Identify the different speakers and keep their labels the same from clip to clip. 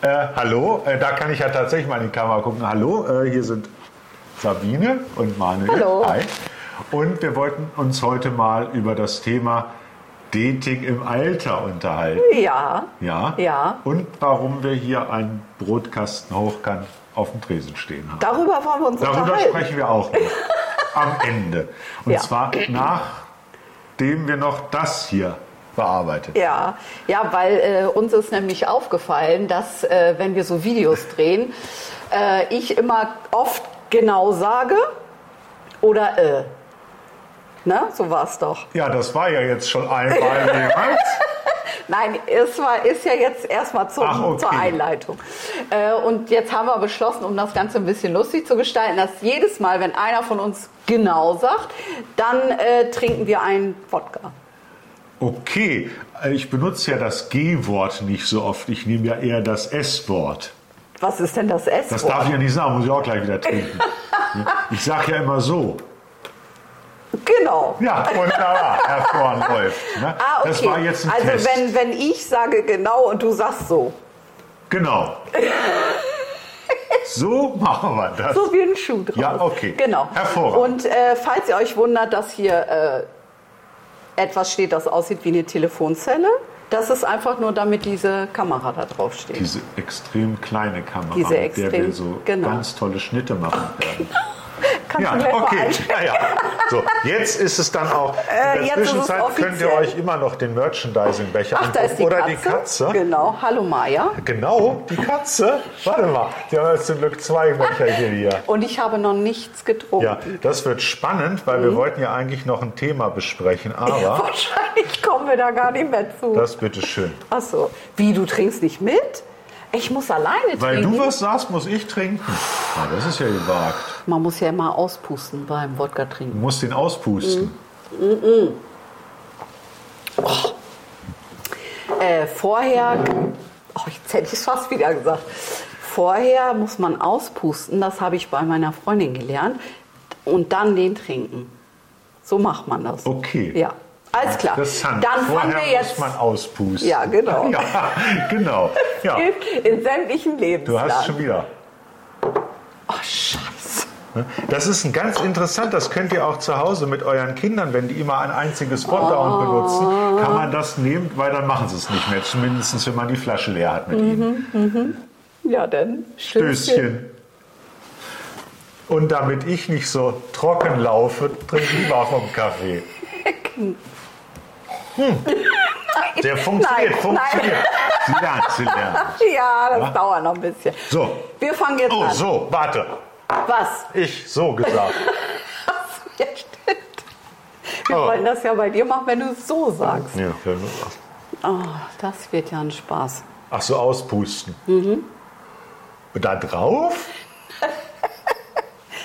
Speaker 1: Äh, hallo, äh, da kann ich ja tatsächlich mal in die Kamera gucken. Hallo, äh, hier sind Sabine und Manuel.
Speaker 2: Hallo.
Speaker 1: Hi. Und wir wollten uns heute mal über das Thema Dating im Alter unterhalten.
Speaker 2: Ja.
Speaker 1: Ja.
Speaker 2: Ja.
Speaker 1: Und warum wir hier einen Brotkasten hochkant auf dem Tresen stehen haben.
Speaker 2: Darüber wollen wir uns
Speaker 1: Darüber
Speaker 2: unterhalten.
Speaker 1: sprechen wir auch noch am Ende. Und
Speaker 2: Ja.
Speaker 1: zwar nachdem wir noch das hier bearbeitet.
Speaker 2: Ja, ja, weil äh, uns ist nämlich aufgefallen, dass äh, wenn wir so Videos drehen, äh, ich immer oft genau sage oder äh. Ne, so war es doch.
Speaker 1: Ja, das war ja jetzt schon einmal jemand.
Speaker 2: Nein, es war, ist ja jetzt erstmal zum,
Speaker 1: Ach, okay.
Speaker 2: zur Einleitung. Äh, und jetzt haben wir beschlossen, um das Ganze ein bisschen lustig zu gestalten, dass jedes Mal, wenn einer von uns genau sagt, dann äh, trinken wir einen Wodka.
Speaker 1: Okay, äh, ich benutze ja das G-Wort nicht so oft. Ich nehme ja eher das S-Wort.
Speaker 2: Was ist denn das S?
Speaker 1: Das darf ich ja nicht sagen, muss ich auch gleich wieder trinken. Ich sage ja immer so.
Speaker 2: Genau.
Speaker 1: Ja, wunderbar, Herr Korn läuft. Ne?
Speaker 2: Ah, okay.
Speaker 1: Das war jetzt ein
Speaker 2: also
Speaker 1: Test.
Speaker 2: Wenn, wenn ich sage genau und du sagst so.
Speaker 1: Genau. So machen wir das.
Speaker 2: So wie ein Schuh draus.
Speaker 1: Also Ja, okay.
Speaker 2: Genau.
Speaker 1: Hervorragend.
Speaker 2: Und äh, falls ihr euch wundert, dass hier äh, etwas steht, das aussieht wie eine Telefonzelle, das ist einfach nur, damit diese Kamera da drauf steht.
Speaker 1: Diese extrem kleine Kamera,
Speaker 2: Diese
Speaker 1: mit der
Speaker 2: extrem-
Speaker 1: wir so
Speaker 2: genau.
Speaker 1: ganz tolle Schnitte machen werden.
Speaker 2: Kannst
Speaker 1: Ja,
Speaker 2: du gleich mal
Speaker 1: okay.
Speaker 2: einstellen?
Speaker 1: Ja, ja. So, jetzt ist es dann auch.
Speaker 2: Äh,
Speaker 1: In der
Speaker 2: jetzt ist es
Speaker 1: Zwischenzeit könnt ihr
Speaker 2: offiziell.
Speaker 1: euch immer noch den Merchandising-Becher
Speaker 2: Ach, da ist die
Speaker 1: oder
Speaker 2: Katze.
Speaker 1: die Katze.
Speaker 2: Genau. Hallo Maya.
Speaker 1: Genau, die Katze. Warte mal, die haben jetzt zum Glück zwei Becher hier. hier.
Speaker 2: Und ich habe noch nichts getrunken.
Speaker 1: Ja, das wird spannend, weil
Speaker 2: Mhm.
Speaker 1: wir wollten ja eigentlich noch ein Thema besprechen, aber
Speaker 2: Wahrscheinlich kommen wir da gar nicht mehr zu.
Speaker 1: das bitte schön.
Speaker 2: Ach so. Wie, du trinkst nicht mit? Ich muss alleine
Speaker 1: Weil
Speaker 2: trinken.
Speaker 1: du was sagst, muss ich trinken. Ja, das ist ja gewagt.
Speaker 2: Man muss ja immer auspusten beim Wodka
Speaker 1: Du
Speaker 2: trinken.
Speaker 1: musst den auspusten.
Speaker 2: Mhm. Äh, vorher, oh, jetzt hätte ich es fast wieder gesagt. Vorher muss man auspusten, das habe ich bei meiner Freundin gelernt, und dann den trinken. So macht man das.
Speaker 1: Okay.
Speaker 2: Ja, alles klar.
Speaker 1: Interessant.
Speaker 2: Dann fangen
Speaker 1: Vorher
Speaker 2: wir jetzt
Speaker 1: muss man auspusten.
Speaker 2: Ja, genau.
Speaker 1: Ja, genau. Ja,
Speaker 2: in sämtlichen
Speaker 1: du hast
Speaker 2: Lebenslagen.
Speaker 1: schon wieder.
Speaker 2: Oh, Scheiße.
Speaker 1: Ne? Das ist ein ganz interessant, das könnt ihr auch zu Hause mit euren Kindern, wenn die immer ein einziges Wort
Speaker 2: Ah.
Speaker 1: dauernd benutzen, kann man das nehmen, weil dann machen sie es nicht mehr, zumindest wenn man die Flasche leer hat
Speaker 2: Mhm,
Speaker 1: mit ihnen.
Speaker 2: Ja, dann
Speaker 1: Döschen. Und damit ich nicht so trocken laufe, trinke ich lieber vom Kaffee. Hm. Der funktioniert,
Speaker 2: nein.
Speaker 1: funktioniert. Sie lernen, sie lernen.
Speaker 2: Ja, das dauert noch ein bisschen.
Speaker 1: So.
Speaker 2: Wir fangen jetzt
Speaker 1: Oh,
Speaker 2: an.
Speaker 1: so, warte.
Speaker 2: Was?
Speaker 1: Ich, so gesagt.
Speaker 2: Ja, stimmt. Wir
Speaker 1: Oh.
Speaker 2: wollen das ja bei dir machen, wenn du es so sagst.
Speaker 1: Ja.
Speaker 2: Oh, das wird ja ein Spaß.
Speaker 1: Ach so, auspusten.
Speaker 2: Mhm.
Speaker 1: Und da drauf?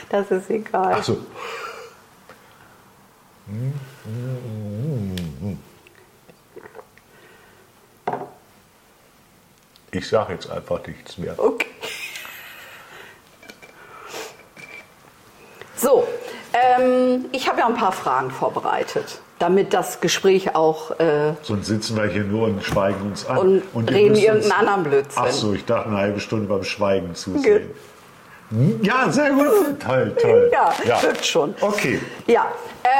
Speaker 2: Das ist egal.
Speaker 1: Ach so. Ich sage jetzt einfach nichts mehr.
Speaker 2: Okay. So, ähm, ich habe ja ein paar Fragen vorbereitet, damit das Gespräch auch äh,
Speaker 1: Sonst sitzen wir hier nur und schweigen uns an.
Speaker 2: und,
Speaker 1: ihr
Speaker 2: reden
Speaker 1: müsst uns-
Speaker 2: irgendeinen anderen Blödsinn.
Speaker 1: Ach so, ich dachte eine halbe Stunde beim Schweigen zusehen. Ja, sehr gut. Toll, toll.
Speaker 2: Ja, wird schon.
Speaker 1: Okay.
Speaker 2: Ja,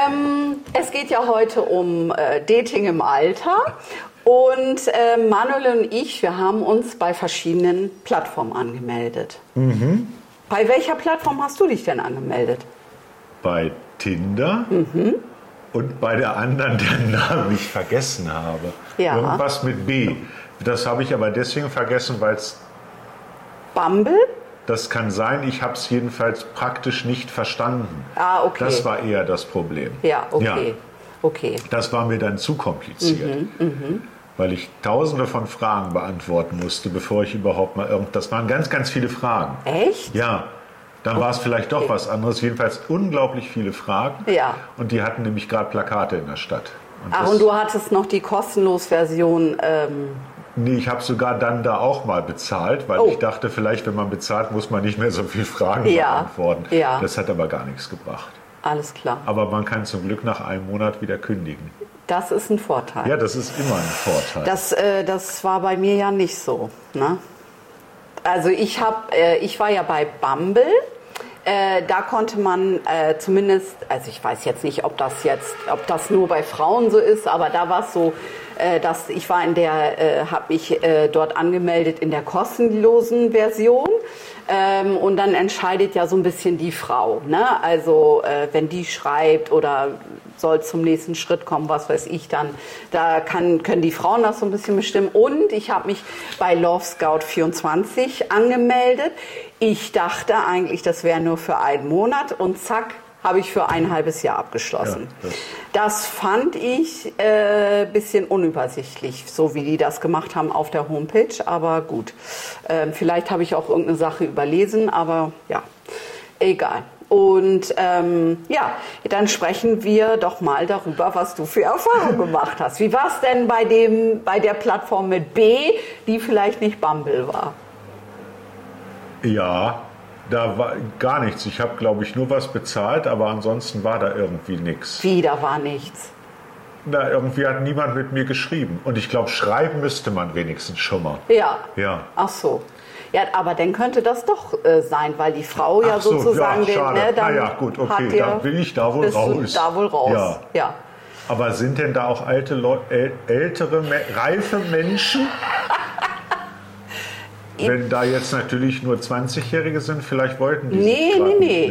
Speaker 2: ähm, es geht ja heute um äh, Dating im Alter. Und äh, Manuel und ich, wir haben uns bei verschiedenen Plattformen angemeldet.
Speaker 1: Mhm.
Speaker 2: Bei welcher Plattform hast du dich denn angemeldet?
Speaker 1: bei Tinder und bei der anderen, deren Namen ich vergessen habe.
Speaker 2: Ja.
Speaker 1: Irgendwas mit B. Das habe ich aber deswegen vergessen, weil es
Speaker 2: Bumble?
Speaker 1: das kann sein, ich habe es jedenfalls praktisch nicht verstanden.
Speaker 2: Ah, okay.
Speaker 1: Das war eher das Problem.
Speaker 2: Ja, okay. Mhm,
Speaker 1: Ja,
Speaker 2: Okay.
Speaker 1: das war mir dann zu kompliziert. Weil ich tausende von Fragen beantworten musste, bevor ich überhaupt mal irgend. Das waren ganz, ganz viele Fragen.
Speaker 2: Echt?
Speaker 1: Ja, dann war es vielleicht doch was anderes. Jedenfalls unglaublich viele Fragen.
Speaker 2: Ja.
Speaker 1: Und die hatten nämlich gerade Plakate in der Stadt. Und
Speaker 2: Ach,
Speaker 1: das-
Speaker 2: Ah, und du hattest noch die kostenlos Version. Ähm,
Speaker 1: nee, ich habe sogar dann da auch mal bezahlt, weil
Speaker 2: Oh.
Speaker 1: ich dachte, vielleicht, wenn man bezahlt, muss man nicht mehr so viele Fragen
Speaker 2: Ja.
Speaker 1: beantworten.
Speaker 2: Ja.
Speaker 1: Das hat aber gar nichts gebracht.
Speaker 2: alles klar.
Speaker 1: Aber man kann zum Glück nach einem Monat wieder kündigen.
Speaker 2: Das ist ein Vorteil.
Speaker 1: Ja, das ist immer ein Vorteil.
Speaker 2: Das, äh, das war bei mir ja nicht so. Ne? Also ich, hab, äh, ich war ja bei Bumble. Äh, da konnte man äh, zumindest, also ich weiß jetzt nicht, ob das jetzt, ob das nur bei Frauen so ist, aber da war es so, äh, dass ich war in der, äh, habe mich äh, dort angemeldet in der kostenlosen Version. Ähm, und dann entscheidet ja so ein bisschen die Frau. Ne? Also äh, wenn die schreibt oder soll zum nächsten Schritt kommen, was weiß ich dann, da kann, können die Frauen das so ein bisschen bestimmen. Und ich habe mich bei Love Scout 24 angemeldet. Ich dachte eigentlich, das wäre nur für einen Monat und zack, habe ich für ein halbes Jahr abgeschlossen.
Speaker 1: Ja,
Speaker 2: das fand ich ein äh, bisschen unübersichtlich, so wie die das gemacht haben auf der Homepage. Aber gut, ähm, vielleicht habe ich auch irgendeine Sache überlesen, aber ja, egal. Und ähm, ja, dann sprechen wir doch mal darüber, was du für Erfahrungen gemacht hast. Wie war es denn bei, dem, bei der Plattform mit B, die vielleicht nicht Bumble war?
Speaker 1: Ja, da war gar nichts. Ich habe, glaube ich, nur was bezahlt, aber ansonsten war da irgendwie nichts.
Speaker 2: Wieder war nichts.
Speaker 1: Da irgendwie hat niemand mit mir geschrieben. Und ich glaube, schreiben müsste man wenigstens schon mal.
Speaker 2: Ja.
Speaker 1: Ja.
Speaker 2: Ach so. Ja, aber dann könnte das doch äh, sein, weil die Frau ja
Speaker 1: Ach so,
Speaker 2: sozusagen
Speaker 1: ja, schade.
Speaker 2: den. Ne, dann
Speaker 1: Naja, gut, okay,
Speaker 2: hat dir-
Speaker 1: dann bin ich da wohl
Speaker 2: bist du
Speaker 1: raus.
Speaker 2: Da wohl raus.
Speaker 1: Ja.
Speaker 2: ja.
Speaker 1: Aber sind denn da auch alte Leu äl ältere, Me reife Menschen? Wenn da jetzt natürlich nur 20-Jährige sind, vielleicht wollten die
Speaker 2: Nee,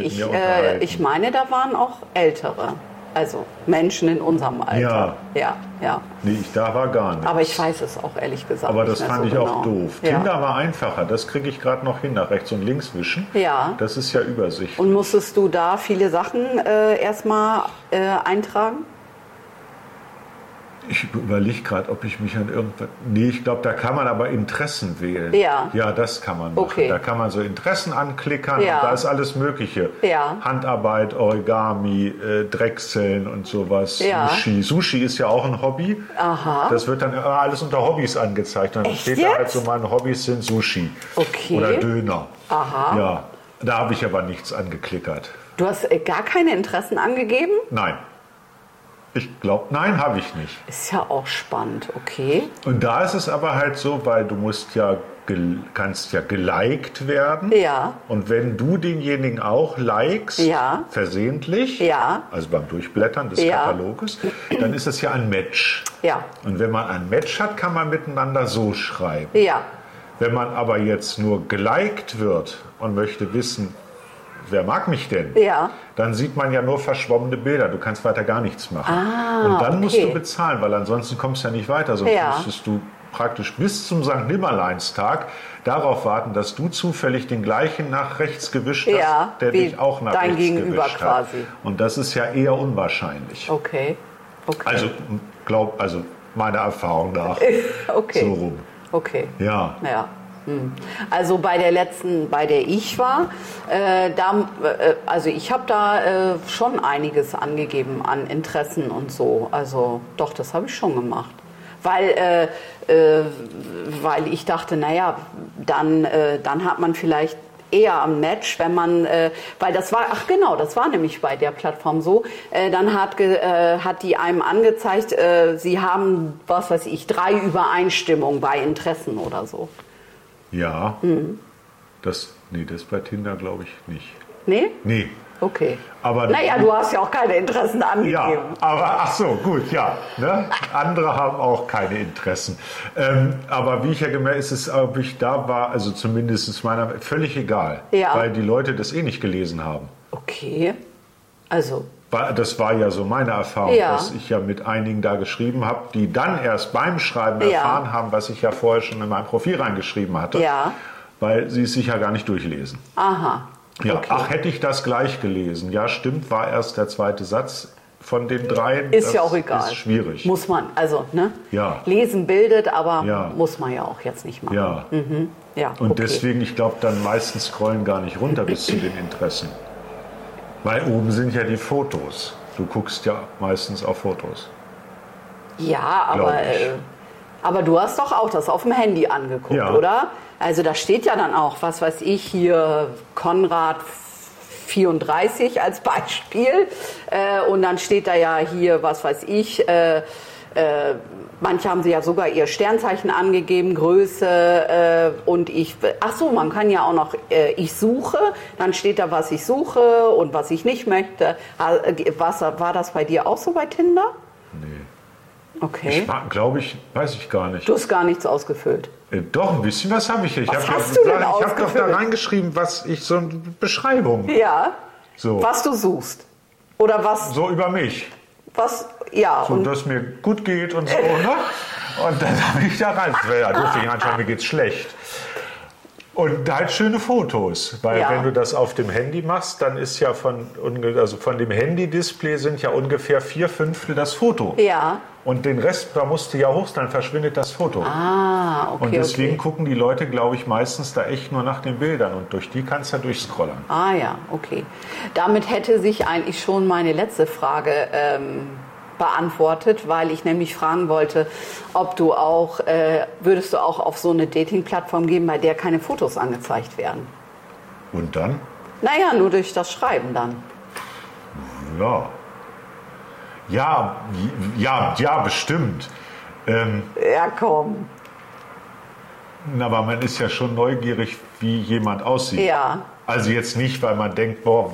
Speaker 1: sich gerade
Speaker 2: nee,
Speaker 1: nicht
Speaker 2: nee.
Speaker 1: mit
Speaker 2: Ich,
Speaker 1: mir
Speaker 2: äh,
Speaker 1: unterhalten.
Speaker 2: ich meine, da waren auch Ältere. Also Menschen in unserem Alter. Ja. Ja,
Speaker 1: nee, ich, da war gar nichts.
Speaker 2: Aber ich weiß es auch ehrlich gesagt.
Speaker 1: Aber
Speaker 2: nicht
Speaker 1: das
Speaker 2: mehr
Speaker 1: fand
Speaker 2: so
Speaker 1: ich
Speaker 2: genau.
Speaker 1: auch doof.
Speaker 2: Ja.
Speaker 1: Tinder war einfacher, das kriege ich gerade noch hin, nach rechts und links wischen.
Speaker 2: Ja.
Speaker 1: Das ist ja Übersicht.
Speaker 2: Und musstest du da viele Sachen äh, erstmal äh, eintragen?
Speaker 1: Ich überlege gerade, ob ich mich an irgendwas. Nee, ich glaube, da kann man aber Interessen wählen.
Speaker 2: Ja.
Speaker 1: Ja, das kann man machen.
Speaker 2: Okay.
Speaker 1: Da kann man so Interessen anklickern
Speaker 2: Ja.
Speaker 1: und da ist alles Mögliche.
Speaker 2: Ja.
Speaker 1: Handarbeit, Origami, äh, Drechseln und sowas.
Speaker 2: Ja.
Speaker 1: Sushi. Sushi ist ja auch ein Hobby.
Speaker 2: Aha.
Speaker 1: Das wird dann immer alles unter Hobbys angezeigt. Dann
Speaker 2: Echt
Speaker 1: steht da halt
Speaker 2: jetzt?
Speaker 1: so, meine Hobbys sind Sushi.
Speaker 2: Okay.
Speaker 1: Oder Döner.
Speaker 2: Aha.
Speaker 1: Ja. Da habe ich aber nichts angeklickert.
Speaker 2: Du hast äh, gar keine Interessen angegeben?
Speaker 1: Nein. Ich glaube, nein, habe ich nicht.
Speaker 2: Ist ja auch spannend, okay.
Speaker 1: Und da ist es aber halt so, weil du musst ja gel- kannst ja geliked werden.
Speaker 2: Ja.
Speaker 1: Und wenn du denjenigen auch likest,
Speaker 2: Ja.
Speaker 1: versehentlich,
Speaker 2: Ja.
Speaker 1: also beim Durchblättern des
Speaker 2: Ja.
Speaker 1: Kataloges, dann ist es ja ein Match.
Speaker 2: Ja.
Speaker 1: Und wenn man ein Match hat, kann man miteinander so schreiben.
Speaker 2: Ja.
Speaker 1: Wenn man aber jetzt nur geliked wird und möchte wissen, wer mag mich denn,
Speaker 2: Ja.
Speaker 1: dann sieht man ja nur verschwommene Bilder. Du kannst weiter gar nichts machen. und dann musst
Speaker 2: Ah, okay.
Speaker 1: du bezahlen, weil ansonsten kommst du ja nicht weiter. Sonst
Speaker 2: Ja.
Speaker 1: müsstest du praktisch bis zum St. Nimmerleinstag darauf warten, dass du zufällig den gleichen nach rechts gewischt hast,
Speaker 2: Ja,
Speaker 1: der
Speaker 2: wie
Speaker 1: dich auch nach
Speaker 2: dein
Speaker 1: rechts
Speaker 2: Gegenüber
Speaker 1: gewischt
Speaker 2: quasi.
Speaker 1: hat. Und das ist ja eher unwahrscheinlich.
Speaker 2: Okay. Okay.
Speaker 1: Also, glaub, also meiner Erfahrung nach.
Speaker 2: okay.
Speaker 1: so rum.
Speaker 2: Okay.
Speaker 1: Ja.
Speaker 2: Ja. Hm. Also bei der letzten, bei der ich war, äh, da, äh, also ich habe da äh, schon einiges angegeben an Interessen und so. Also doch, das habe ich schon gemacht. Weil, äh, äh, weil ich dachte, naja, dann, äh, dann hat man vielleicht eher am Match, wenn man, äh, weil das war, ach genau, das war nämlich bei der Plattform so, äh, dann hat, ge, äh, hat die einem angezeigt, äh, sie haben, was weiß ich, drei Übereinstimmungen bei Interessen oder so.
Speaker 1: Ja.
Speaker 2: Mhm.
Speaker 1: Das, nee, das bei Tinder glaube ich nicht.
Speaker 2: Nee?
Speaker 1: Nee.
Speaker 2: Okay.
Speaker 1: Aber-
Speaker 2: naja, du hast ja auch keine Interessen
Speaker 1: Ja,
Speaker 2: angegeben.
Speaker 1: aber ach so, gut, ja. Ne? Andere haben auch keine Interessen. Ähm, aber wie ich ja gemerkt ist es, ob ich da war, also zumindest meiner, völlig egal.
Speaker 2: Ja.
Speaker 1: Weil die Leute das eh nicht gelesen haben.
Speaker 2: Okay. Also,
Speaker 1: War- Das war ja so meine Erfahrung,
Speaker 2: Ja.
Speaker 1: dass ich ja mit einigen da geschrieben habe, die dann erst beim Schreiben
Speaker 2: Ja.
Speaker 1: erfahren haben, was ich ja vorher schon in meinem Profil reingeschrieben hatte.
Speaker 2: Ja.
Speaker 1: Weil sie es sich ja gar nicht durchlesen.
Speaker 2: aha.
Speaker 1: Ja,
Speaker 2: Okay.
Speaker 1: ach, hätte ich das gleich gelesen. Ja, stimmt, war erst der zweite Satz von den dreien.
Speaker 2: Ist
Speaker 1: Das
Speaker 2: ja auch egal.
Speaker 1: Ist schwierig.
Speaker 2: Muss man, also, ne?
Speaker 1: Ja.
Speaker 2: Lesen bildet, aber
Speaker 1: Ja.
Speaker 2: muss man ja auch jetzt nicht machen.
Speaker 1: ja,
Speaker 2: Ja,
Speaker 1: und
Speaker 2: Hm, okay.
Speaker 1: deswegen, ich glaube, dann meistens scrollen gar nicht runter bis zu den Interessen. Weil oben sind ja die Fotos. Du guckst ja meistens auf Fotos.
Speaker 2: Ja, aber,
Speaker 1: Glaub ich.
Speaker 2: äh, aber du hast doch auch das auf dem Handy angeguckt,
Speaker 1: Ja.
Speaker 2: oder? Also da steht ja dann auch, was weiß ich, hier Konrad 34 als Beispiel. Äh, und dann steht da ja hier, was weiß ich, äh, äh, manche haben sie ja sogar ihr Sternzeichen angegeben, Größe äh, und ich. Ach so, man kann ja auch noch äh, ich suche, dann steht da, was ich suche und was ich nicht möchte. Ah, äh, Was, war das bei dir auch so bei Tinder? Nee. Okay.
Speaker 1: Ich glaube ich, weiß ich gar nicht.
Speaker 2: Du hast gar nichts ausgefüllt.
Speaker 1: Äh, Doch, ein bisschen was habe ich hier. Ich
Speaker 2: Was
Speaker 1: hab
Speaker 2: hast
Speaker 1: ja,
Speaker 2: du denn
Speaker 1: Ich habe doch da
Speaker 2: ausgefüllt?
Speaker 1: reingeschrieben, was ich so eine Beschreibung.
Speaker 2: Ja.
Speaker 1: So.
Speaker 2: Was du suchst. Oder was,
Speaker 1: So über mich.
Speaker 2: was, ja.
Speaker 1: So,
Speaker 2: und
Speaker 1: dass mir gut geht und so, ne? Und dann habe ich da rein. Ja, durfte ich anschauen, mir geht's schlecht. Und halt schöne Fotos, weil
Speaker 2: Ja.
Speaker 1: wenn du das auf dem Handy machst, dann ist ja von, unge- also von dem Handy-Display sind ja ungefähr vier Fünftel das Foto.
Speaker 2: ja.
Speaker 1: Und den Rest, da musst du ja hoch, dann verschwindet das Foto.
Speaker 2: Ah, okay.
Speaker 1: und deswegen
Speaker 2: okay.
Speaker 1: gucken die Leute, glaube ich, meistens da echt nur nach den Bildern. Und durch die kannst du ja durchscrollern.
Speaker 2: Ah ja, okay. Damit hätte sich eigentlich schon meine letzte Frage ähm, beantwortet, weil ich nämlich fragen wollte, ob du auch, äh, würdest du auch auf so eine Dating-Plattform gehen, bei der keine Fotos angezeigt werden?
Speaker 1: Und dann?
Speaker 2: Naja, nur durch das Schreiben dann.
Speaker 1: Ja. Ja, ja, ja, bestimmt. Ähm,
Speaker 2: Ja, komm.
Speaker 1: Na, aber man ist ja schon neugierig, wie jemand aussieht.
Speaker 2: Ja,
Speaker 1: Also jetzt nicht, weil man denkt, boah,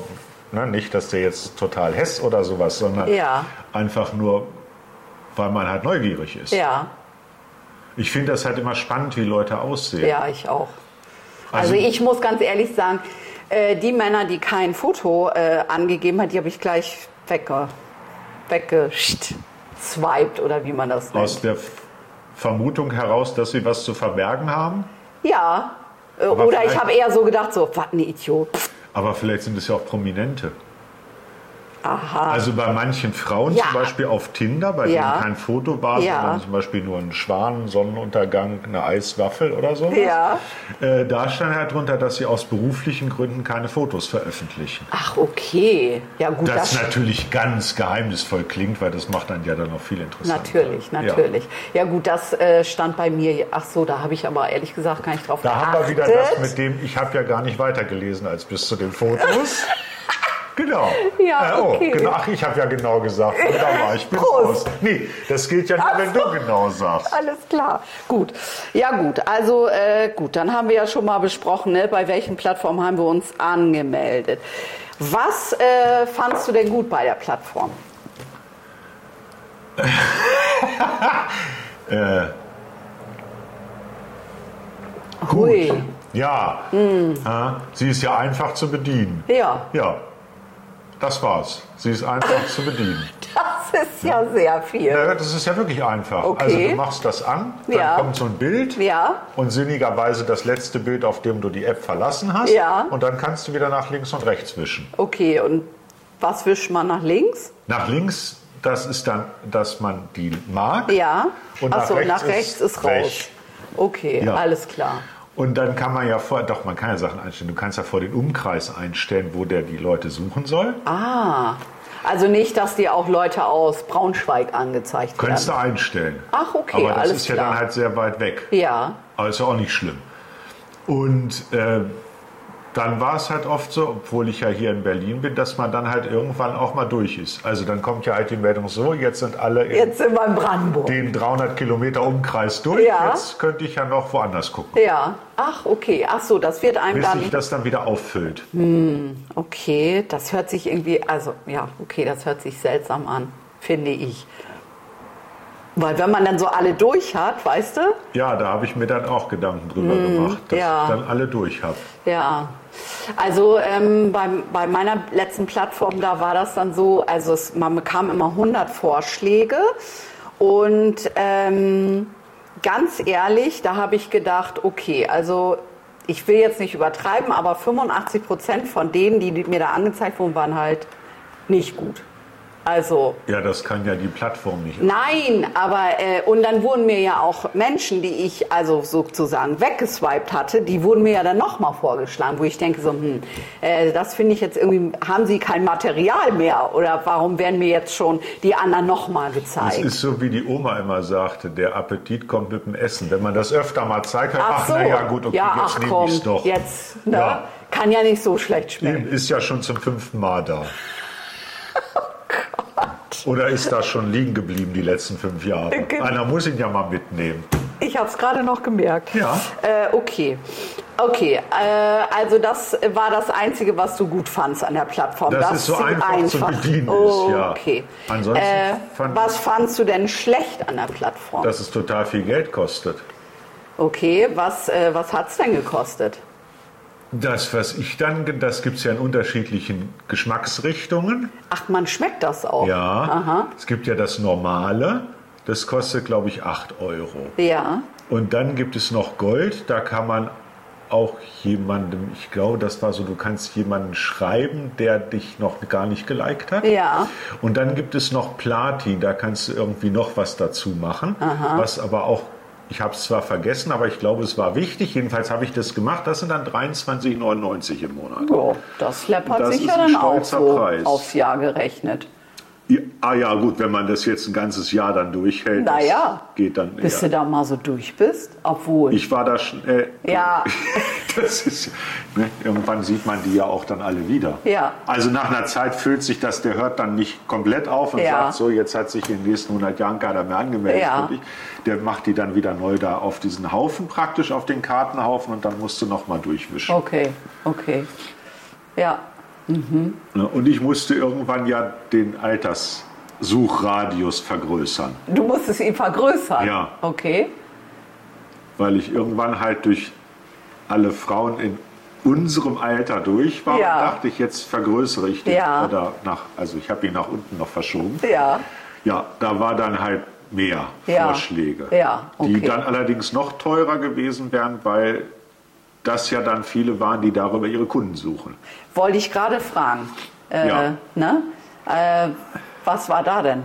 Speaker 1: ne, nicht, dass der jetzt total hess oder sowas, sondern
Speaker 2: Ja.
Speaker 1: einfach nur, weil man halt neugierig ist.
Speaker 2: ja,
Speaker 1: Ich finde das halt immer spannend, wie Leute aussehen.
Speaker 2: ja, ich auch.
Speaker 1: Also-
Speaker 2: Also, ich muss ganz ehrlich sagen, äh, die Männer, die kein Foto äh, angegeben hat, die habe ich gleich wegge... weggeswiped oder wie man das nennt.
Speaker 1: Aus der F- Vermutung heraus, dass sie was zu verbergen haben.
Speaker 2: Ja. Äh,
Speaker 1: Aber
Speaker 2: Oder ich
Speaker 1: vielleicht-
Speaker 2: habe eher so gedacht, so, was ein Idiot. Pff,
Speaker 1: Aber vielleicht sind es ja auch Prominente.
Speaker 2: Aha.
Speaker 1: Also bei manchen Frauen
Speaker 2: Ja.
Speaker 1: zum Beispiel auf Tinder, bei
Speaker 2: Ja.
Speaker 1: denen kein Foto war,
Speaker 2: Ja.
Speaker 1: sondern zum Beispiel nur ein Schwan, Sonnenuntergang, eine Eiswaffel oder so.
Speaker 2: Ja.
Speaker 1: Äh, da stand halt drunter, dass sie aus beruflichen Gründen keine Fotos veröffentlichen.
Speaker 2: Ach, okay. Ja, gut,
Speaker 1: Das,
Speaker 2: das,
Speaker 1: natürlich ganz geheimnisvoll klingt, weil das macht dann ja dann noch viel interessanter.
Speaker 2: natürlich, natürlich. Ja, gut, das äh, stand bei mir. Ach so, da habe ich aber ehrlich gesagt gar nicht drauf
Speaker 1: Da haben wir wieder das
Speaker 2: geachtet.
Speaker 1: mit dem, ich habe ja gar nicht weitergelesen als bis zu den Fotos. Genau.
Speaker 2: Ja,
Speaker 1: oh,
Speaker 2: okay.
Speaker 1: genau. Ach, ich habe ja genau gesagt. Wunderbar, ich bin raus.
Speaker 2: Prost.
Speaker 1: Nee, das gilt ja nur,
Speaker 2: Ach
Speaker 1: wenn du genau sagst.
Speaker 2: Alles klar. Gut. Ja, gut. Also, äh, gut, dann haben wir ja schon mal besprochen, ne, bei welchen Plattformen haben wir uns angemeldet. Was äh, fandst du denn gut bei der Plattform? Hui.
Speaker 1: Ja.
Speaker 2: Hm.
Speaker 1: Ja, Sie ist ja einfach zu bedienen.
Speaker 2: Ja,
Speaker 1: Ja. Das war's. Sie ist einfach zu bedienen.
Speaker 2: das ist ja sehr viel.
Speaker 1: Ja, das ist ja wirklich einfach.
Speaker 2: Okay.
Speaker 1: Also du machst das an, dann
Speaker 2: Ja.
Speaker 1: kommt so ein Bild
Speaker 2: Ja.
Speaker 1: und sinnigerweise das letzte Bild, auf dem du die App verlassen hast.
Speaker 2: Ja.
Speaker 1: Und dann kannst du wieder nach links und rechts wischen.
Speaker 2: Okay, und was wischt man nach links?
Speaker 1: Nach links, das ist dann, dass man die mag.
Speaker 2: Ja.
Speaker 1: Und nach
Speaker 2: Achso,
Speaker 1: rechts
Speaker 2: nach
Speaker 1: ist
Speaker 2: rechts ist, raus.
Speaker 1: weg.
Speaker 2: Okay,
Speaker 1: Ja.
Speaker 2: alles klar.
Speaker 1: Und dann kann man ja vor, doch, man kann ja Sachen einstellen. Du kannst ja vor den Umkreis einstellen, wo der die Leute suchen soll.
Speaker 2: Ah, also nicht, dass dir auch Leute aus Braunschweig angezeigt
Speaker 1: Könntest
Speaker 2: werden.
Speaker 1: du einstellen.
Speaker 2: Ach, okay,
Speaker 1: Aber das
Speaker 2: alles
Speaker 1: ist ja
Speaker 2: klar.
Speaker 1: dann halt sehr weit weg.
Speaker 2: Ja,
Speaker 1: Aber ist ja auch nicht schlimm. Und äh, dann war es halt oft so, obwohl ich ja hier in Berlin bin, dass man dann halt irgendwann auch mal durch ist. Also dann kommt ja halt die Meldung so, jetzt sind alle in
Speaker 2: jetzt sind wir in Brandenburg.
Speaker 1: den 300 Kilometer Umkreis durch,
Speaker 2: Ja.
Speaker 1: jetzt könnte ich ja noch woanders gucken.
Speaker 2: Ja, ach, okay. Ach so, das wird einem
Speaker 1: Bis sich
Speaker 2: dann.
Speaker 1: das dann wieder auffüllt.
Speaker 2: Okay, das hört sich irgendwie. Also, ja, okay, das hört sich seltsam an, finde ich. Weil, wenn man dann so alle durch hat, weißt du?
Speaker 1: Ja, da habe ich mir dann auch Gedanken drüber gemacht, dass
Speaker 2: Hm, ja.
Speaker 1: ich dann alle durch habe.
Speaker 2: Ja, also ähm, bei, bei meiner letzten Plattform, da war das dann so, also es, man bekam immer 100 Vorschläge und ähm, ganz ehrlich, da habe ich gedacht, okay, also ich will jetzt nicht übertreiben, aber 85 Prozent von denen, die mir da angezeigt wurden, waren halt nicht gut. Also
Speaker 1: Ja, das kann ja die Plattform nicht.
Speaker 2: Nein, aber äh, und dann wurden mir ja auch Menschen, die ich also sozusagen weggeswiped hatte, die wurden mir ja dann nochmal vorgeschlagen, wo ich denke so, hm, äh, das finde ich jetzt irgendwie, haben sie kein Material mehr oder warum werden mir jetzt schon die anderen nochmal
Speaker 1: Es
Speaker 2: gezeigt?
Speaker 1: ist so, wie die Oma immer sagte, der Appetit kommt mit dem Essen. Wenn man das öfter mal zeigt, dann, ach, na ja, gut, okay,
Speaker 2: ja,
Speaker 1: jetzt
Speaker 2: ach
Speaker 1: nehme
Speaker 2: komm,
Speaker 1: ich es doch.
Speaker 2: jetzt, ne?
Speaker 1: Ja.
Speaker 2: kann ja nicht so schlecht schmecken. Oh
Speaker 1: Eben, ist ja schon zum fünften Mal da.
Speaker 2: ich.
Speaker 1: Oder ist das schon liegen geblieben die letzten fünf Jahre?
Speaker 2: Genau.
Speaker 1: Einer muss ihn ja mal mitnehmen.
Speaker 2: Ich habe es gerade noch gemerkt.
Speaker 1: Ja.
Speaker 2: Äh, okay. Okay, äh, also das war das Einzige, was du gut fandst an der Plattform.
Speaker 1: Das
Speaker 2: dass
Speaker 1: ist so
Speaker 2: sie
Speaker 1: einfach zu bedienen ist, ja.
Speaker 2: Okay.
Speaker 1: Ansonsten
Speaker 2: äh,
Speaker 1: fand-
Speaker 2: was fandst du denn schlecht an der Plattform?
Speaker 1: Dass es total viel Geld kostet.
Speaker 2: okay, was, äh, was hat es denn gekostet?
Speaker 1: Das, was ich dann, ge- das gibt es ja in unterschiedlichen Geschmacksrichtungen.
Speaker 2: Ach, man schmeckt das auch.
Speaker 1: Ja.
Speaker 2: Aha.
Speaker 1: Es gibt ja das Normale. Das kostet, glaube ich, 8 Euro.
Speaker 2: Ja.
Speaker 1: Und dann gibt es noch Gold, da kann man auch jemandem, ich glaube, das war so, du kannst jemanden schreiben, der dich noch gar nicht geliked hat.
Speaker 2: Ja.
Speaker 1: Und dann gibt es noch Platin, da kannst du irgendwie noch was dazu machen, was aber auch ich habe es zwar vergessen, aber ich glaube, es war wichtig. Jedenfalls habe ich das gemacht. Das sind dann 23,99 im Monat.
Speaker 2: Ja, das läppert
Speaker 1: Das
Speaker 2: sich
Speaker 1: ist
Speaker 2: ja
Speaker 1: ein
Speaker 2: dann auch
Speaker 1: stolzer
Speaker 2: so
Speaker 1: Preis.
Speaker 2: aufs Jahr gerechnet.
Speaker 1: Ja, ah ja, gut, wenn man das jetzt ein ganzes Jahr dann durchhält, das
Speaker 2: Naja,
Speaker 1: geht dann.
Speaker 2: bis
Speaker 1: ja.
Speaker 2: du da mal so durch bist, obwohl.
Speaker 1: Ich war da schon. Äh,
Speaker 2: Ja.
Speaker 1: das ist, ne, irgendwann sieht man die ja auch dann alle wieder.
Speaker 2: Ja.
Speaker 1: Also nach einer Zeit fühlt sich das, der hört dann nicht komplett auf und
Speaker 2: Ja.
Speaker 1: sagt, so, jetzt hat sich in den nächsten 100 Jahren keiner mehr angemeldet.
Speaker 2: Ja.
Speaker 1: Und ich, der macht die dann wieder neu da auf diesen Haufen praktisch, auf den Kartenhaufen und dann musst du nochmal durchwischen.
Speaker 2: Okay, okay. Ja,
Speaker 1: Ne, Und ich musste irgendwann ja den Alterssuchradius vergrößern.
Speaker 2: du musstest ihn vergrößern.
Speaker 1: Ja.
Speaker 2: Okay.
Speaker 1: weil ich irgendwann halt durch alle Frauen in unserem Alter durch war
Speaker 2: Ja.
Speaker 1: und dachte ich, jetzt vergrößere ich den.
Speaker 2: Ja.
Speaker 1: Oder nach, also ich habe ihn nach unten noch verschoben.
Speaker 2: Ja.
Speaker 1: Ja, da war dann halt mehr
Speaker 2: Ja.
Speaker 1: Vorschläge,
Speaker 2: Ja, okay.
Speaker 1: die dann allerdings noch teurer gewesen wären, weil das ja dann viele waren, die darüber ihre Kunden suchen.
Speaker 2: Wollte ich gerade fragen. Äh,
Speaker 1: Ja.
Speaker 2: ne? äh, was war da denn?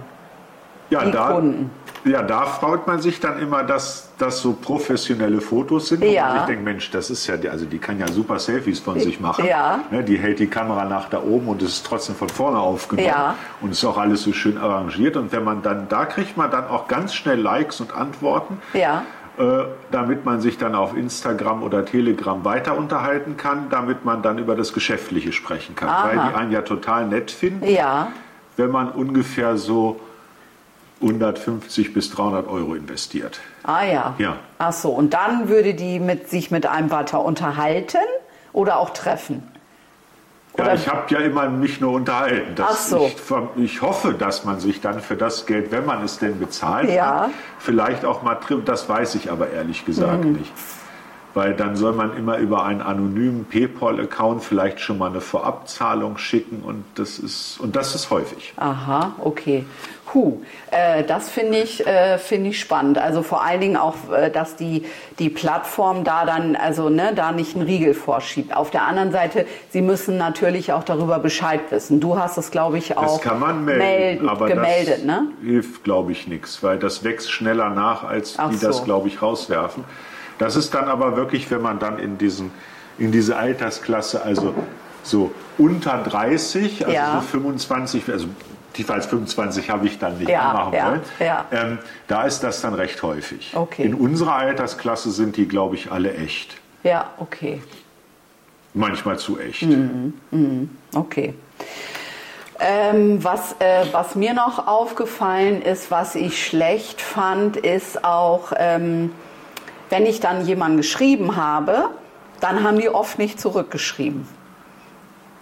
Speaker 1: Ja,
Speaker 2: Die
Speaker 1: da,
Speaker 2: Kunden.
Speaker 1: ja, da freut man sich dann immer, dass das so professionelle Fotos sind.
Speaker 2: Ja.
Speaker 1: Und ich denke, Mensch, das ist ja, die- also die kann ja super Selfies von sich machen.
Speaker 2: Ja.
Speaker 1: Ne, die hält die Kamera nach da oben und es ist trotzdem von vorne aufgenommen.
Speaker 2: Ja.
Speaker 1: Und ist auch alles so schön arrangiert. Und wenn man dann, da kriegt man dann auch ganz schnell Likes und Antworten.
Speaker 2: Ja.
Speaker 1: Äh, damit man sich dann auf Instagram oder Telegram weiter unterhalten kann, damit man dann über das Geschäftliche sprechen kann, weil die einen ja total nett finden
Speaker 2: Ja.
Speaker 1: wenn man ungefähr so 150 bis 300 Euro investiert.
Speaker 2: Ah ja.
Speaker 1: Ja.
Speaker 2: Ach so, und dann würde die mit, sich mit einem weiter unterhalten oder auch treffen.
Speaker 1: Ja,
Speaker 2: Oder-
Speaker 1: ich habe ja immer mich nur unterhalten. Das-
Speaker 2: Ach so.
Speaker 1: ich, ver- ich hoffe, dass man sich dann für das Geld, wenn man es denn bezahlt,
Speaker 2: Ja.
Speaker 1: hat, vielleicht auch mal trifft. Das weiß ich aber ehrlich gesagt
Speaker 2: Mhm.
Speaker 1: nicht. Weil dann soll man immer über einen anonymen PayPal-Account vielleicht schon mal eine Vorabzahlung schicken und das ist und das ist häufig.
Speaker 2: Aha, okay. Huh, äh, das finde ich, äh, finde ich spannend. Also vor allen Dingen auch, äh, dass die, die Plattform da dann, also ne, da nicht einen Riegel vorschiebt. Auf der anderen Seite, sie müssen natürlich auch darüber Bescheid wissen. Du hast es, glaube ich, auch
Speaker 1: Das kann man melden,
Speaker 2: melden-
Speaker 1: aber
Speaker 2: gemeldet,
Speaker 1: das
Speaker 2: ne?
Speaker 1: hilft, glaube ich, nichts, weil das wächst schneller nach, als
Speaker 2: Ach
Speaker 1: die
Speaker 2: so.
Speaker 1: das, glaube ich, rauswerfen. Das ist dann aber wirklich, wenn man dann in, diesen, in diese Altersklasse, also so unter 30, also
Speaker 2: Ja.
Speaker 1: so 25, also tiefer als 25 habe ich dann nicht
Speaker 2: Ja,
Speaker 1: machen
Speaker 2: ja,
Speaker 1: wollen.
Speaker 2: ja.
Speaker 1: Ähm, da ist das dann recht häufig.
Speaker 2: Okay.
Speaker 1: In unserer Altersklasse sind die, glaube ich, alle echt.
Speaker 2: Ja, okay.
Speaker 1: Manchmal zu echt.
Speaker 2: Hm. Okay. Ähm, was, äh, was mir noch aufgefallen ist, was ich schlecht fand, ist auch, ähm, wenn ich dann jemanden geschrieben habe, dann haben die oft nicht zurückgeschrieben.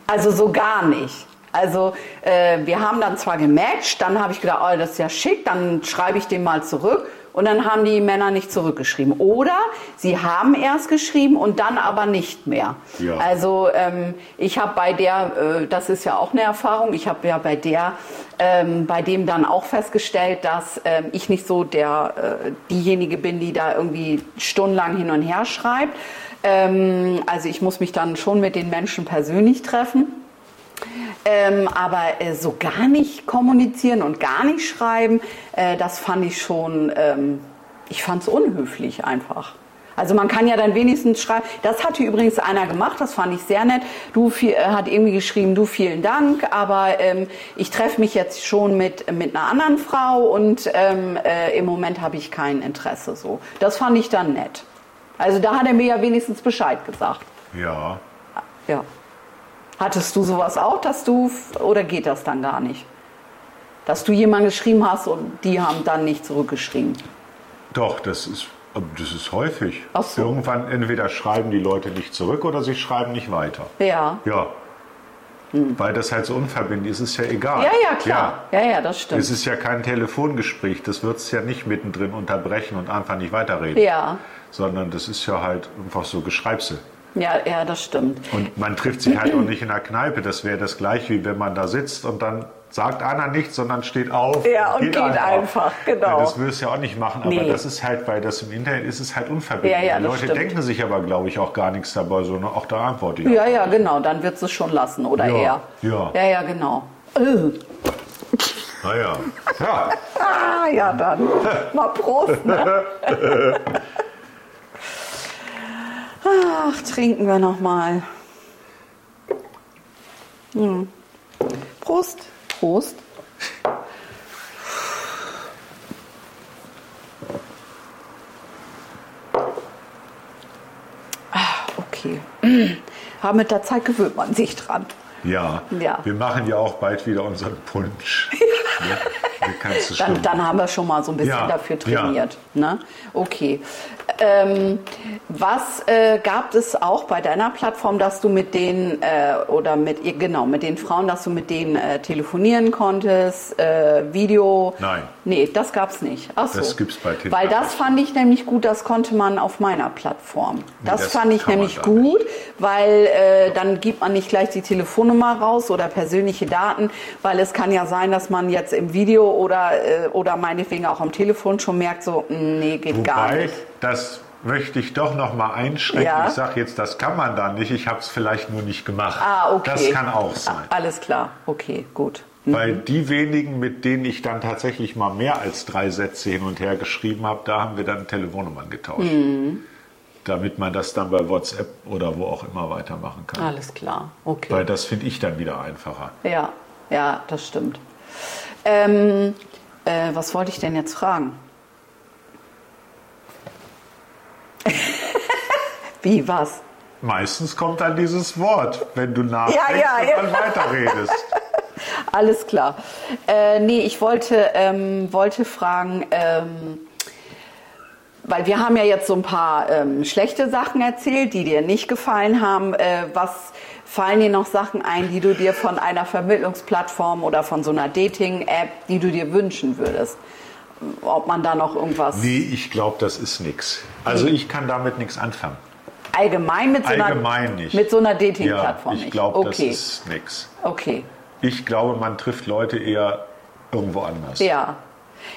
Speaker 2: Also so gar nicht. Also äh, wir haben dann zwar gematcht, dann habe ich gedacht, oh, das ist ja schick, dann schreibe ich dem mal zurück. Und dann haben die Männer nicht zurückgeschrieben. Oder sie haben erst geschrieben und dann aber nicht mehr.
Speaker 1: Ja.
Speaker 2: Also ähm, ich habe bei der, äh, das ist ja auch eine Erfahrung, ich habe ja bei der, ähm, bei dem dann auch festgestellt, dass ähm, ich nicht so der, äh, diejenige bin, die da irgendwie stundenlang hin und her schreibt. Ähm, also ich muss mich dann schon mit den Menschen persönlich treffen. Ähm, aber äh, so gar nicht kommunizieren und gar nicht schreiben, äh, das fand ich schon, ähm, ich fand es unhöflich einfach. Also man kann ja dann wenigstens schreiben, das hatte übrigens einer gemacht, das fand ich sehr nett. Du viel, äh, hat irgendwie geschrieben, du vielen Dank, aber ähm, ich treffe mich jetzt schon mit, mit einer anderen Frau und ähm, äh, im Moment habe ich kein Interesse so. Das fand ich dann nett. Also da hat er mir ja wenigstens Bescheid gesagt.
Speaker 1: Ja.
Speaker 2: Ja. Hattest du sowas auch, dass du, oder geht das dann gar nicht? Dass du jemanden geschrieben hast und die haben dann nicht zurückgeschrieben.
Speaker 1: Doch, das ist, das ist häufig.
Speaker 2: Ach so.
Speaker 1: Irgendwann entweder schreiben die Leute nicht zurück oder sie schreiben nicht weiter.
Speaker 2: Ja.
Speaker 1: Ja. Weil das halt so unverbindlich ist, ist ja egal.
Speaker 2: Hm. Ja, ja, klar. Ja, ja, das
Speaker 1: Ja. Es
Speaker 2: stimmt.
Speaker 1: ist ja kein Telefongespräch, das wird es ja nicht mittendrin unterbrechen und einfach nicht weiterreden.
Speaker 2: Ja.
Speaker 1: Sondern das ist ja halt einfach so Geschreibsel.
Speaker 2: Ja, ja, das stimmt.
Speaker 1: Und man trifft sich halt auch nicht in der Kneipe. Das wäre das gleiche, wie wenn man da sitzt und dann sagt einer nichts, sondern steht auf.
Speaker 2: Ja, und geht einfach, genau.
Speaker 1: Ja, Das würdest du ja auch nicht machen, aber
Speaker 2: Nee.
Speaker 1: das ist halt, weil das im Internet ist, es halt unverbindlich.
Speaker 2: Ja, ja,
Speaker 1: Die
Speaker 2: das
Speaker 1: Leute
Speaker 2: stimmt.
Speaker 1: denken sich aber, glaube ich, auch gar nichts dabei, sondern auch da antworte ich.
Speaker 2: Ja, ja, genau. Dann wird es schon lassen oder
Speaker 1: Ja,
Speaker 2: eher.
Speaker 1: ja.
Speaker 2: Ja, ja, genau. Äh.
Speaker 1: Naja. Ja.
Speaker 2: Ah, ja, dann. Mal Prost. Ne? Ach, trinken wir noch mal. Hm. Prost. Prost. Ah, okay. Aber mit der Zeit gewöhnt man sich dran.
Speaker 1: Ja.
Speaker 2: Ja.
Speaker 1: Wir machen ja auch bald wieder unseren Punsch. Ja. Wie kannst du
Speaker 2: Dann,
Speaker 1: schon-
Speaker 2: dann haben wir schon mal so ein bisschen
Speaker 1: Ja,
Speaker 2: dafür
Speaker 1: ja.
Speaker 2: trainiert. Ne? Okay. Ähm, was äh, gab es auch bei deiner Plattform, dass du mit den äh, oder mit ihr genau mit den Frauen, dass du mit denen äh, telefonieren konntest, äh, Video?
Speaker 1: Nein.
Speaker 2: Nee, das gab's nicht. Ach so.
Speaker 1: Das gibt's bei Tinder
Speaker 2: Weil das
Speaker 1: nicht.
Speaker 2: fand ich nämlich gut, das konnte man auf meiner Plattform. Das,
Speaker 1: das
Speaker 2: fand ich
Speaker 1: kann man
Speaker 2: nämlich
Speaker 1: da nicht.
Speaker 2: gut gut, weil äh, dann gibt man nicht gleich die Telefonnummer raus oder persönliche Daten, weil es kann ja sein, dass man jetzt im Video oder, äh, oder meinetwegen auch am Telefon schon merkt, so, mm, nee, geht gar
Speaker 1: Wobei,
Speaker 2: nicht.
Speaker 1: das möchte ich doch noch mal einschränken.
Speaker 2: Ja.
Speaker 1: Ich sage jetzt, das kann man da nicht. Ich habe es vielleicht nur nicht gemacht.
Speaker 2: Ah, okay.
Speaker 1: Das kann auch sein.
Speaker 2: Ah, alles klar, okay, gut.
Speaker 1: Weil die wenigen, mit denen ich dann tatsächlich mal mehr als drei Sätze hin und her geschrieben habe, da haben wir dann Telefonnummern getauscht.
Speaker 2: Mhm.
Speaker 1: Damit man das dann bei WhatsApp oder wo auch immer weitermachen kann.
Speaker 2: Alles klar, okay.
Speaker 1: Weil das finde ich dann wieder einfacher.
Speaker 2: Ja, ja, das stimmt. Ähm, äh, was wollte ich denn jetzt fragen? Wie, was?
Speaker 1: Meistens kommt dann dieses Wort, wenn du nachdenkst
Speaker 2: ja,
Speaker 1: und
Speaker 2: ja.
Speaker 1: dann weiterredest.
Speaker 2: Alles klar. Äh, nee, ich wollte, ähm, wollte fragen, ähm, weil wir haben ja jetzt so ein paar ähm, schlechte Sachen erzählt, die dir nicht gefallen haben. Äh, was fallen dir noch Sachen ein, die du dir von einer Vermittlungsplattform oder von so einer Dating-App, die du dir wünschen würdest? Ob man da noch irgendwas
Speaker 1: Nee, ich glaube, das ist nichts. Also ich kann damit nichts anfangen.
Speaker 2: allgemein mit so
Speaker 1: Allgemein
Speaker 2: einer,
Speaker 1: nicht.
Speaker 2: mit so einer
Speaker 1: Ja,
Speaker 2: Dating-Plattform
Speaker 1: ich
Speaker 2: nicht?
Speaker 1: glaube,
Speaker 2: okay,
Speaker 1: das ist nix.
Speaker 2: okay.
Speaker 1: Ich glaube, man trifft Leute eher irgendwo anders.
Speaker 2: Ja.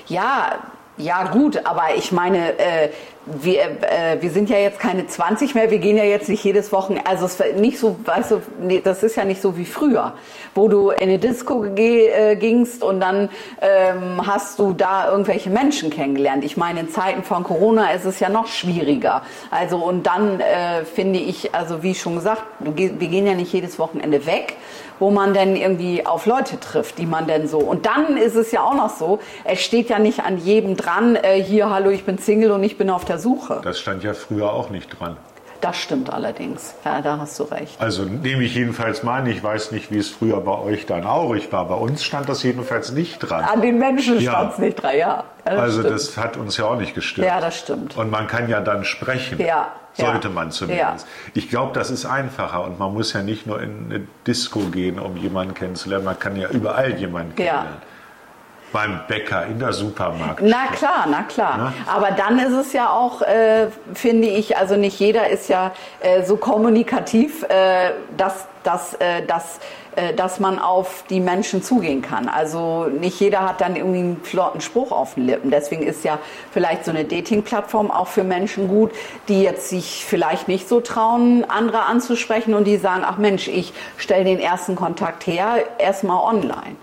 Speaker 2: Ja, ja, gut, aber ich meine, äh, wir, äh, wir sind ja jetzt keine 20 mehr, wir gehen ja jetzt nicht jedes Wochenende, also es war nicht so, weißt du, nee, das ist ja nicht so wie früher, wo du in eine Disco ge äh, gingst und dann ähm, hast du da irgendwelche Menschen kennengelernt. Ich meine, in Zeiten von Corona ist es ja noch schwieriger. Also und dann äh, finde ich, also wie schon gesagt, du geh, wir gehen ja nicht jedes Wochenende weg wo man denn irgendwie auf Leute trifft, die man denn so. Und dann ist es ja auch noch so, es steht ja nicht an jedem dran, äh, hier, hallo, ich bin Single und ich bin auf der Suche.
Speaker 1: Das stand ja früher auch nicht dran.
Speaker 2: Das stimmt allerdings. Ja, da hast du recht.
Speaker 1: Also nehme ich jedenfalls mal an. Ich weiß nicht, wie es früher bei euch dann aurig war. Bei uns stand das jedenfalls nicht dran.
Speaker 2: An den Menschen
Speaker 1: Ja.
Speaker 2: stand es nicht dran, ja. ja das
Speaker 1: Also
Speaker 2: stimmt.
Speaker 1: das hat uns ja auch nicht gestört.
Speaker 2: ja, das stimmt.
Speaker 1: Und man kann ja dann sprechen.
Speaker 2: Ja,
Speaker 1: Sollte
Speaker 2: ja,
Speaker 1: man zumindest. Ich glaube, das ist einfacher. Und man muss ja nicht nur in eine Disco gehen, um jemanden kennenzulernen. Man kann ja überall jemanden kennenlernen. Beim Bäcker, in der Supermarkt.
Speaker 2: Na klar, na klar.
Speaker 1: Ne?
Speaker 2: Aber dann ist es ja auch, äh, finde ich, also nicht jeder ist ja äh, so kommunikativ, äh, dass, dass, äh, dass, äh, dass man auf die Menschen zugehen kann. Also nicht jeder hat dann irgendwie einen flotten Spruch auf den Lippen. Deswegen ist ja vielleicht so eine Dating-Plattform auch für Menschen gut, die jetzt sich vielleicht nicht so trauen, andere anzusprechen und die sagen, ach Mensch, ich stelle den ersten Kontakt her, erstmal online.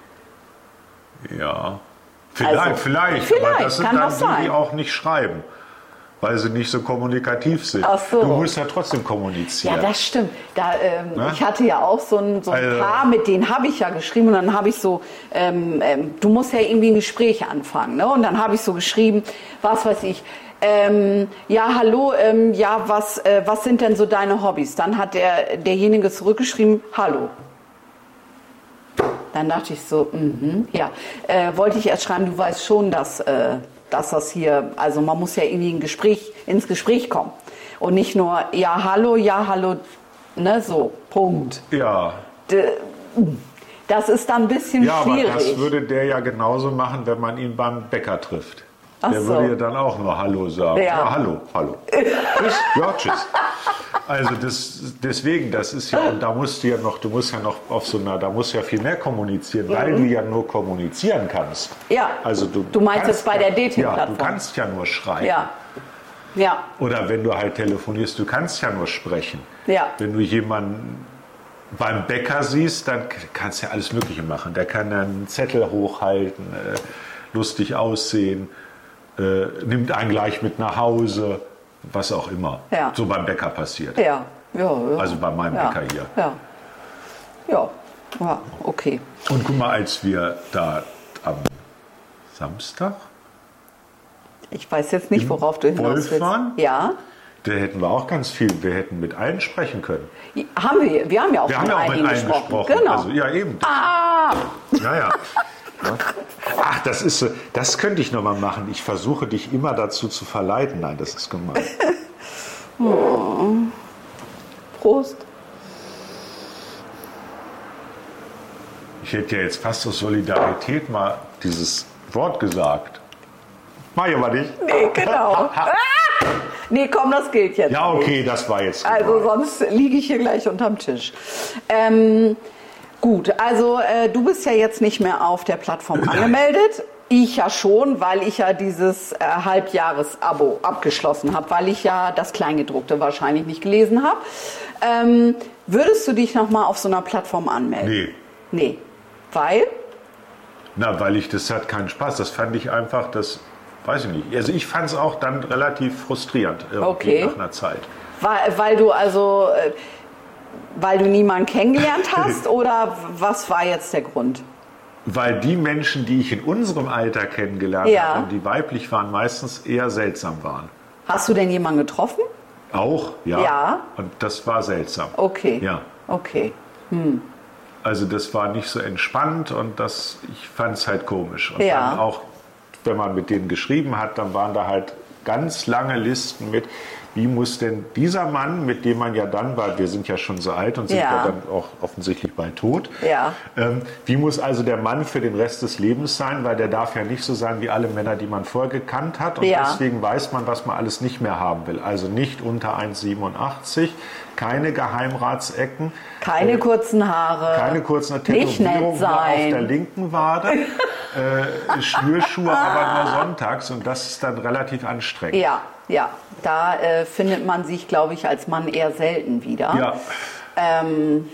Speaker 1: Ja. Vielleicht,
Speaker 2: Also,
Speaker 1: vielleicht.
Speaker 2: vielleicht,
Speaker 1: aber das sind
Speaker 2: kann
Speaker 1: dann
Speaker 2: doch
Speaker 1: die, die
Speaker 2: sein.
Speaker 1: auch nicht schreiben, weil sie nicht so kommunikativ sind.
Speaker 2: Ach so.
Speaker 1: Du musst ja trotzdem kommunizieren.
Speaker 2: Ja, das stimmt. Da, ähm,
Speaker 1: Ne?
Speaker 2: Ich hatte ja auch so ein, so ein
Speaker 1: Also-
Speaker 2: Paar, mit denen habe ich ja geschrieben und dann habe ich so, ähm, ähm, du musst ja irgendwie ein Gespräch anfangen. Ne? Und dann habe ich so geschrieben, was weiß ich. Ähm, ja, hallo, ähm, ja, was, äh, was sind denn so deine Hobbys? Dann hat der, derjenige zurückgeschrieben, hallo. Dann dachte ich so, mhm, ja. Äh, wollte ich erst schreiben, du weißt schon, dass, äh, dass das hier, also man muss ja irgendwie ein Gespräch, ins Gespräch kommen. Und nicht nur, ja, hallo, ja, hallo, ne, so, Punkt.
Speaker 1: Ja.
Speaker 2: D- Das ist dann ein bisschen
Speaker 1: Ja, aber
Speaker 2: schwierig.
Speaker 1: das würde der ja genauso machen, wenn man ihn beim Bäcker trifft.
Speaker 2: Ach
Speaker 1: der
Speaker 2: so.
Speaker 1: würde ja dann auch nur Hallo sagen.
Speaker 2: Ja.
Speaker 1: hallo, hallo. tschüss, ja, tschüss. Also das, deswegen, das ist ja, und da musst du ja noch, du musst ja noch auf so einer, da musst du ja viel mehr kommunizieren, weil du ja nur kommunizieren kannst.
Speaker 2: Mhm. Ja.
Speaker 1: Also du,
Speaker 2: Du meinst
Speaker 1: kannst
Speaker 2: jetzt bei der
Speaker 1: Ja,
Speaker 2: Dating-Plattform.
Speaker 1: du kannst ja nur schreiben.
Speaker 2: ja. Ja.
Speaker 1: Oder wenn du halt telefonierst, du kannst ja nur sprechen.
Speaker 2: Ja.
Speaker 1: Wenn du jemanden beim Bäcker siehst, dann k- kannst du ja alles Mögliche machen. Der kann dann einen Zettel hochhalten, äh, lustig aussehen, äh, nimmt einen gleich mit nach Hause, was auch immer.
Speaker 2: Ja.
Speaker 1: So beim Bäcker passiert.
Speaker 2: Ja. Ja. ja.
Speaker 1: Also bei meinem
Speaker 2: ja.
Speaker 1: Bäcker hier.
Speaker 2: Ja. Ja. Ja, okay.
Speaker 1: Und guck mal, als wir da am Samstag,
Speaker 2: Ich weiß jetzt
Speaker 1: Hm?
Speaker 2: nicht, worauf du hinaus willst.
Speaker 1: Wolfram?
Speaker 2: Ja.
Speaker 1: da hätten wir auch ganz viel, wir hätten mit allen sprechen können.
Speaker 2: Haben wir, wir haben ja auch
Speaker 1: Wir haben
Speaker 2: mit
Speaker 1: ja auch
Speaker 2: einigen
Speaker 1: mit allen
Speaker 2: gesprochen.
Speaker 1: gesprochen.
Speaker 2: Genau.
Speaker 1: Also, ja, eben.
Speaker 2: ah,
Speaker 1: Ja, ja. Ja. Ach, das ist so, das könnte ich nochmal machen. Ich versuche dich immer dazu zu verleiten. Nein, das ist gemein.
Speaker 2: Prost.
Speaker 1: Ich hätte ja jetzt fast aus Solidarität mal dieses Wort gesagt. Mach ich aber nicht.
Speaker 2: Nee, genau. ah! Nee, komm, das geht jetzt.
Speaker 1: Ja, okay, das war jetzt. gemein.
Speaker 2: Also sonst liege ich hier gleich unterm Tisch. Ähm, gut, also äh, du bist ja jetzt nicht mehr auf der Plattform angemeldet. Ich ja schon, weil ich ja dieses äh, Halbjahres-Abo abgeschlossen habe, weil ich ja das Kleingedruckte wahrscheinlich nicht gelesen habe. Ähm, würdest du dich nochmal auf so einer Plattform anmelden?
Speaker 1: Nee.
Speaker 2: Nee. Weil?
Speaker 1: Na, weil ich, das hat keinen Spaß. Das fand ich einfach, das weiß ich nicht. Also ich fand es auch dann relativ frustrierend irgendwie
Speaker 2: Okay.
Speaker 1: nach einer Zeit.
Speaker 2: Weil, weil du also, äh, weil du niemanden kennengelernt hast oder was war jetzt der Grund?
Speaker 1: Weil die Menschen, die ich in unserem Alter kennengelernt
Speaker 2: Ja.
Speaker 1: habe und die weiblich waren, meistens eher seltsam waren.
Speaker 2: Hast du denn jemanden getroffen?
Speaker 1: Auch, ja.
Speaker 2: Ja.
Speaker 1: Und das war seltsam.
Speaker 2: Okay.
Speaker 1: Ja.
Speaker 2: Okay.
Speaker 1: Also das war nicht so entspannt und das, ich fand es halt komisch. Und
Speaker 2: Ja.
Speaker 1: dann auch, wenn man mit denen geschrieben hat, dann waren da halt ganz lange Listen mit, wie muss denn dieser Mann, mit dem man ja dann, weil wir sind ja schon so alt und sind ja,
Speaker 2: Ja.
Speaker 1: dann auch offensichtlich bald tot,
Speaker 2: Ja.
Speaker 1: ähm, wie muss also der Mann für den Rest des Lebens sein, weil der darf ja nicht so sein wie alle Männer, die man vorher gekannt hat und
Speaker 2: Ja.
Speaker 1: deswegen weiß man, was man alles nicht mehr haben will. Also nicht unter 1,87, keine Geheimratsecken,
Speaker 2: Keine kurzen Haare.
Speaker 1: keine kurzen
Speaker 2: Nicht
Speaker 1: Tätowierungen
Speaker 2: nett
Speaker 1: nur auf der
Speaker 2: sein.
Speaker 1: linken Wade, äh, Schnürschuhe aber nur sonntags und das ist dann relativ anstrengend.
Speaker 2: Ja, ja. Da äh, findet man sich, glaube ich, als Mann eher selten wieder.
Speaker 1: Ja,
Speaker 2: Ähm,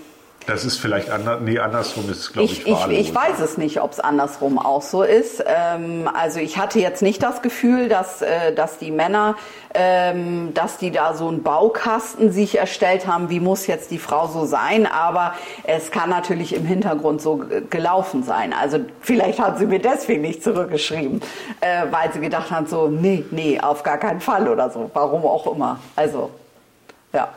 Speaker 1: das ist vielleicht anders, nee, andersrum ist es, glaube ich,
Speaker 2: ich, ich,
Speaker 1: wahllos.
Speaker 2: ich weiß es nicht, ob es andersrum auch so ist. Ähm, also ich hatte jetzt nicht das Gefühl, dass, äh, dass die Männer, ähm, dass die da so einen Baukasten sich erstellt haben, wie muss jetzt die Frau so sein. Aber es kann natürlich im Hintergrund so g- gelaufen sein. Also vielleicht hat sie mir deswegen nicht zurückgeschrieben, äh, weil sie gedacht hat, so, nee, nee, auf gar keinen Fall oder so. Warum auch immer. Also, ja.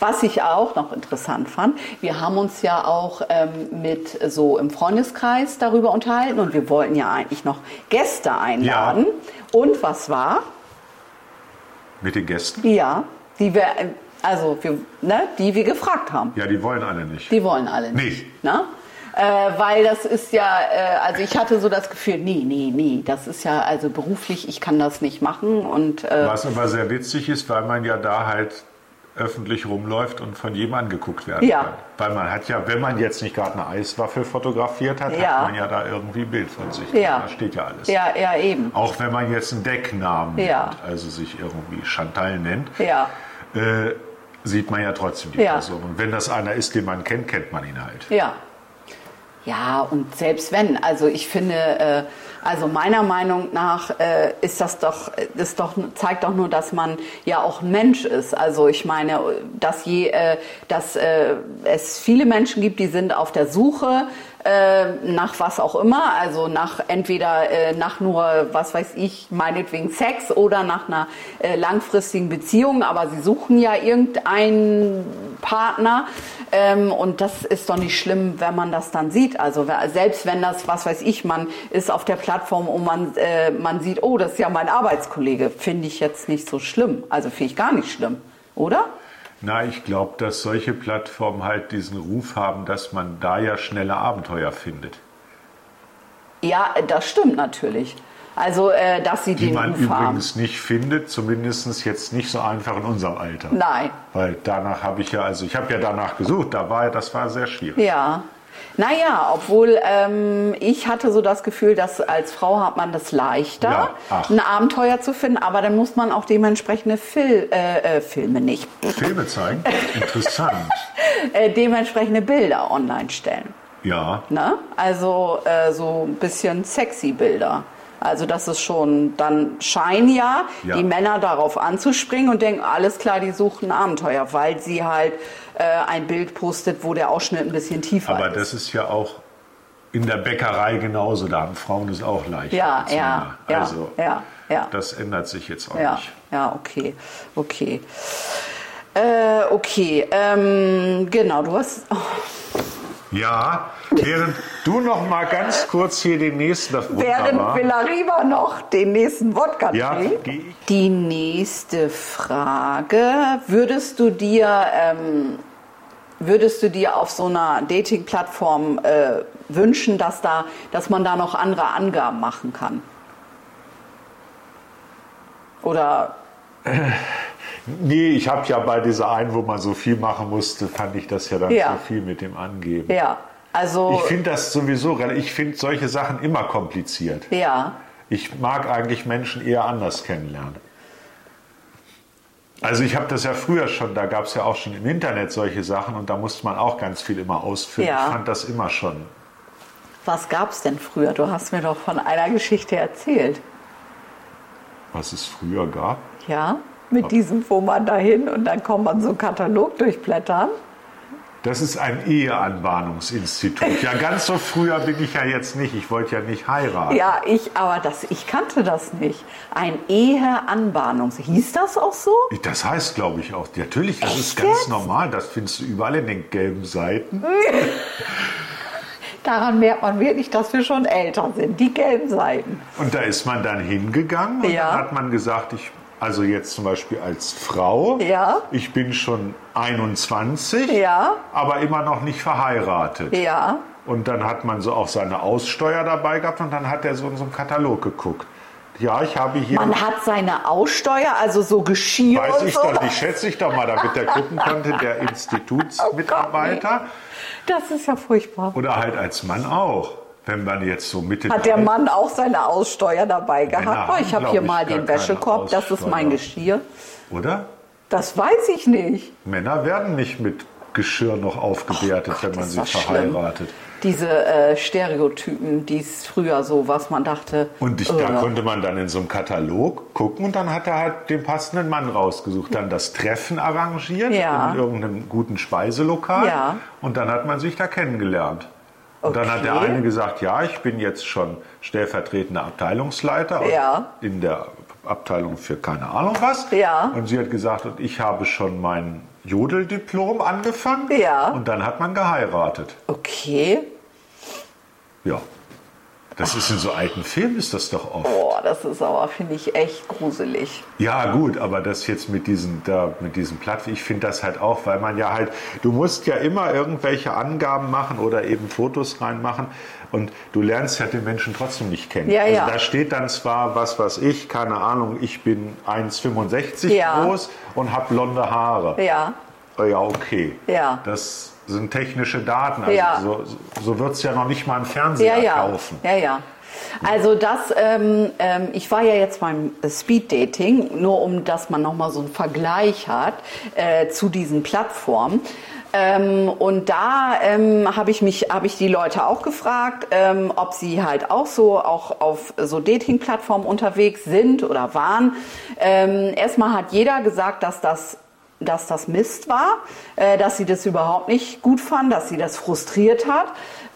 Speaker 2: Was ich auch noch interessant fand, wir haben uns ja auch ähm, mit so im Freundeskreis darüber unterhalten und wir wollten ja eigentlich noch Gäste einladen. Und was war?
Speaker 1: Mit den Gästen?
Speaker 2: Ja, die wir, äh, also wir, ne, die wir gefragt haben.
Speaker 1: Ja, die wollen alle nicht.
Speaker 2: Die wollen alle
Speaker 1: Nicht.
Speaker 2: nicht. Ne? Äh, weil das ist ja, äh, also ich hatte so das Gefühl, nee, nee, nee, das ist ja also beruflich, ich kann das nicht machen und äh,
Speaker 1: Was aber sehr witzig ist, weil man ja da halt öffentlich rumläuft und von jedem angeguckt werden
Speaker 2: Ja.
Speaker 1: kann. Weil man hat ja, wenn man jetzt nicht gerade eine Eiswaffel fotografiert hat,
Speaker 2: Ja.
Speaker 1: hat man ja da irgendwie ein Bild von sich.
Speaker 2: Ja.
Speaker 1: Da steht ja alles.
Speaker 2: ja, ja, eben.
Speaker 1: Auch wenn man jetzt einen Decknamen
Speaker 2: Ja.
Speaker 1: nennt, also sich irgendwie Chantal nennt,
Speaker 2: Ja,
Speaker 1: äh, sieht man ja trotzdem die
Speaker 2: Ja.
Speaker 1: Person. Und wenn das einer ist, den man kennt, kennt man ihn halt.
Speaker 2: Ja. Ja, und selbst wenn, also ich finde, äh, also meiner Meinung nach äh, ist das doch, ist doch, zeigt doch nur, dass man ja auch ein Mensch ist. Also ich meine, dass, je, äh, dass äh, es viele Menschen gibt, die sind auf der Suche äh, nach was auch immer, also nach entweder äh, nach nur, was weiß ich, meinetwegen Sex oder nach einer äh, langfristigen Beziehung, aber sie suchen ja irgendeinen Partner. Ähm, und das ist doch nicht schlimm, wenn man das dann sieht. Also wer- selbst wenn das, was weiß ich, man ist auf der Plattform und man, äh, man sieht, oh, das ist ja mein Arbeitskollege, finde ich jetzt nicht so schlimm. Also finde ich gar nicht schlimm, oder?
Speaker 1: Na, ich glaube, dass solche Plattformen halt diesen Ruf haben, dass man da ja schnelle Abenteuer findet.
Speaker 2: Ja, das stimmt natürlich. Also, äh, dass sie
Speaker 1: Die
Speaker 2: den
Speaker 1: man
Speaker 2: Ruf haben.
Speaker 1: übrigens nicht findet, zumindest jetzt nicht so einfach in unserem Alter.
Speaker 2: Nein.
Speaker 1: Weil danach habe ich ja, also ich habe ja danach gesucht, da war ja, das war sehr schwierig.
Speaker 2: Ja. Naja, obwohl ähm, ich hatte so das Gefühl, dass als Frau hat man das leichter,
Speaker 1: Ja, ach.
Speaker 2: ein Abenteuer zu finden, aber dann muss man auch dementsprechende Fil äh, äh, Filme nicht,
Speaker 1: Filme zeigen? Interessant.
Speaker 2: äh, dementsprechende Bilder online stellen.
Speaker 1: Ja.
Speaker 2: Ne? Also äh, so ein bisschen sexy Bilder. Also das ist schon, dann scheinen ja,
Speaker 1: Ja.
Speaker 2: die Männer darauf anzuspringen und denken, alles klar, die suchen ein Abenteuer, weil sie halt äh, ein Bild postet, wo der Ausschnitt ein bisschen tiefer
Speaker 1: Aber
Speaker 2: ist.
Speaker 1: das ist ja auch in der Bäckerei genauso, da haben Frauen es auch leichter.
Speaker 2: Ja,
Speaker 1: als
Speaker 2: ja,
Speaker 1: Männer.
Speaker 2: ja,
Speaker 1: Also,
Speaker 2: ja, ja.
Speaker 1: das ändert sich jetzt auch
Speaker 2: Ja,
Speaker 1: nicht.
Speaker 2: ja, okay, okay. Äh, okay, ähm, genau, du hast.
Speaker 1: Ja, während du noch mal ganz kurz hier den nächsten. Das
Speaker 2: Während
Speaker 1: wunderbar.
Speaker 2: Villariba noch den nächsten Wodka
Speaker 1: Ja,
Speaker 2: trinkt.
Speaker 1: die ich-
Speaker 2: Die nächste Frage. Würdest du dir, ähm, würdest du dir auf so einer Dating-Plattform äh, wünschen, dass, da, dass man da noch andere Angaben machen kann? Oder
Speaker 1: Nee, ich habe ja bei dieser einen, wo man so viel machen musste, fand ich das ja dann
Speaker 2: Ja.
Speaker 1: zu viel mit dem Angeben.
Speaker 2: ja, also
Speaker 1: Ich finde das sowieso, rel- ich finde solche Sachen immer kompliziert.
Speaker 2: ja.
Speaker 1: Ich mag eigentlich Menschen eher anders kennenlernen. Also ich habe das ja früher schon, da gab es ja auch schon im Internet solche Sachen und da musste man auch ganz viel immer ausfüllen.
Speaker 2: Ja.
Speaker 1: Ich fand das immer schon.
Speaker 2: Was gab's denn früher? Du hast mir doch von einer Geschichte erzählt.
Speaker 1: Was es früher gab?
Speaker 2: Ja? Mit diesem, wo man da hin und dann kommt man so einen Katalog durchblättern.
Speaker 1: Das ist ein Eheanbahnungsinstitut. Ja, ganz so früher bin ich ja jetzt nicht. Ich wollte ja nicht heiraten.
Speaker 2: Ja, ich, aber das, ich kannte das nicht. Ein Eheanbahnungs. Hieß das auch so?
Speaker 1: Das heißt, glaube ich, auch. Natürlich, das ist
Speaker 2: Echt
Speaker 1: ganz
Speaker 2: jetzt?
Speaker 1: normal. Das findest du überall in den gelben Seiten.
Speaker 2: Daran merkt man wirklich, dass wir schon älter sind. Die gelben Seiten.
Speaker 1: Und da ist man dann hingegangen und
Speaker 2: Ja.
Speaker 1: dann hat man gesagt, ich, also jetzt zum Beispiel als Frau,
Speaker 2: Ja.
Speaker 1: ich bin schon 21,
Speaker 2: Ja.
Speaker 1: aber immer noch nicht verheiratet.
Speaker 2: Ja.
Speaker 1: Und dann hat man so auch seine Aussteuer dabei gehabt und dann hat er so in so einem Katalog geguckt. Ja, ich habe hier.
Speaker 2: Man hat seine Aussteuer, also so Geschirr
Speaker 1: Weiß
Speaker 2: und
Speaker 1: ich
Speaker 2: so.
Speaker 1: doch nicht, schätze ich doch mal, damit der gucken konnte, der
Speaker 2: Oh
Speaker 1: Institutsmitarbeiter.
Speaker 2: Das ist ja furchtbar.
Speaker 1: Oder halt als Mann auch. Wenn man jetzt so Mitte.
Speaker 2: Hat der Mann auch seine Aussteuer dabei gehabt?
Speaker 1: haben,
Speaker 2: Oh, ich habe
Speaker 1: glaub
Speaker 2: hier
Speaker 1: ich,
Speaker 2: mal
Speaker 1: gar
Speaker 2: den
Speaker 1: keine
Speaker 2: Wäschekorb, das ist mein
Speaker 1: Aussteuer.
Speaker 2: Geschirr.
Speaker 1: Oder?
Speaker 2: Das weiß ich nicht.
Speaker 1: Männer werden nicht mit Geschirr noch aufgewertet, wenn man
Speaker 2: ist
Speaker 1: sie
Speaker 2: das schlimm.
Speaker 1: verheiratet.
Speaker 2: Diese äh, Stereotypen, die es früher so, was man dachte. äh,
Speaker 1: Und ich, da konnte man dann in so einem Katalog gucken und dann hat er halt den passenden Mann rausgesucht, dann das Treffen arrangiert
Speaker 2: Ja.
Speaker 1: in irgendeinem guten Speiselokal
Speaker 2: Ja.
Speaker 1: und dann hat man sich da kennengelernt. Und dann hat der
Speaker 2: Okay.
Speaker 1: eine gesagt, ja, ich bin jetzt schon stellvertretender Abteilungsleiter und
Speaker 2: Ja.
Speaker 1: in der Abteilung für keine Ahnung was.
Speaker 2: Ja.
Speaker 1: Und sie hat gesagt, und ich habe schon mein Jodeldiplom angefangen.
Speaker 2: Ja.
Speaker 1: Und dann hat man geheiratet.
Speaker 2: Okay,
Speaker 1: Ja. Das ist in so alten Filmen ist das doch oft.
Speaker 2: boah, das ist aber, finde ich, echt gruselig.
Speaker 1: Ja, gut, aber das jetzt mit diesen, da, mit diesem Platt, ich finde das halt auch, weil man ja halt, du musst ja immer irgendwelche Angaben machen oder eben Fotos reinmachen und du lernst ja den Menschen trotzdem nicht kennen.
Speaker 2: Ja,
Speaker 1: also
Speaker 2: ja.
Speaker 1: da steht dann zwar, was weiß ich, keine Ahnung, ich bin 1,65
Speaker 2: Ja.
Speaker 1: groß und habe blonde Haare.
Speaker 2: Ja,
Speaker 1: Oh ja, okay.
Speaker 2: Ja.
Speaker 1: Das sind technische Daten. Also
Speaker 2: Ja.
Speaker 1: So, so wird es ja noch nicht mal im
Speaker 2: ja,
Speaker 1: Fernseher
Speaker 2: ja.
Speaker 1: kaufen.
Speaker 2: Ja, ja. Also das, ähm, ähm, ich war ja jetzt beim Speed-Dating, nur um, dass man nochmal so einen Vergleich hat äh, zu diesen Plattformen. Ähm, und da ähm, habe ich mich, habe ich die Leute auch gefragt, ähm, ob sie halt auch so auch auf so Dating-Plattformen unterwegs sind oder waren. Ähm, erstmal hat jeder gesagt, dass das dass das Mist war, äh, dass sie das überhaupt nicht gut fand, dass sie das frustriert hat.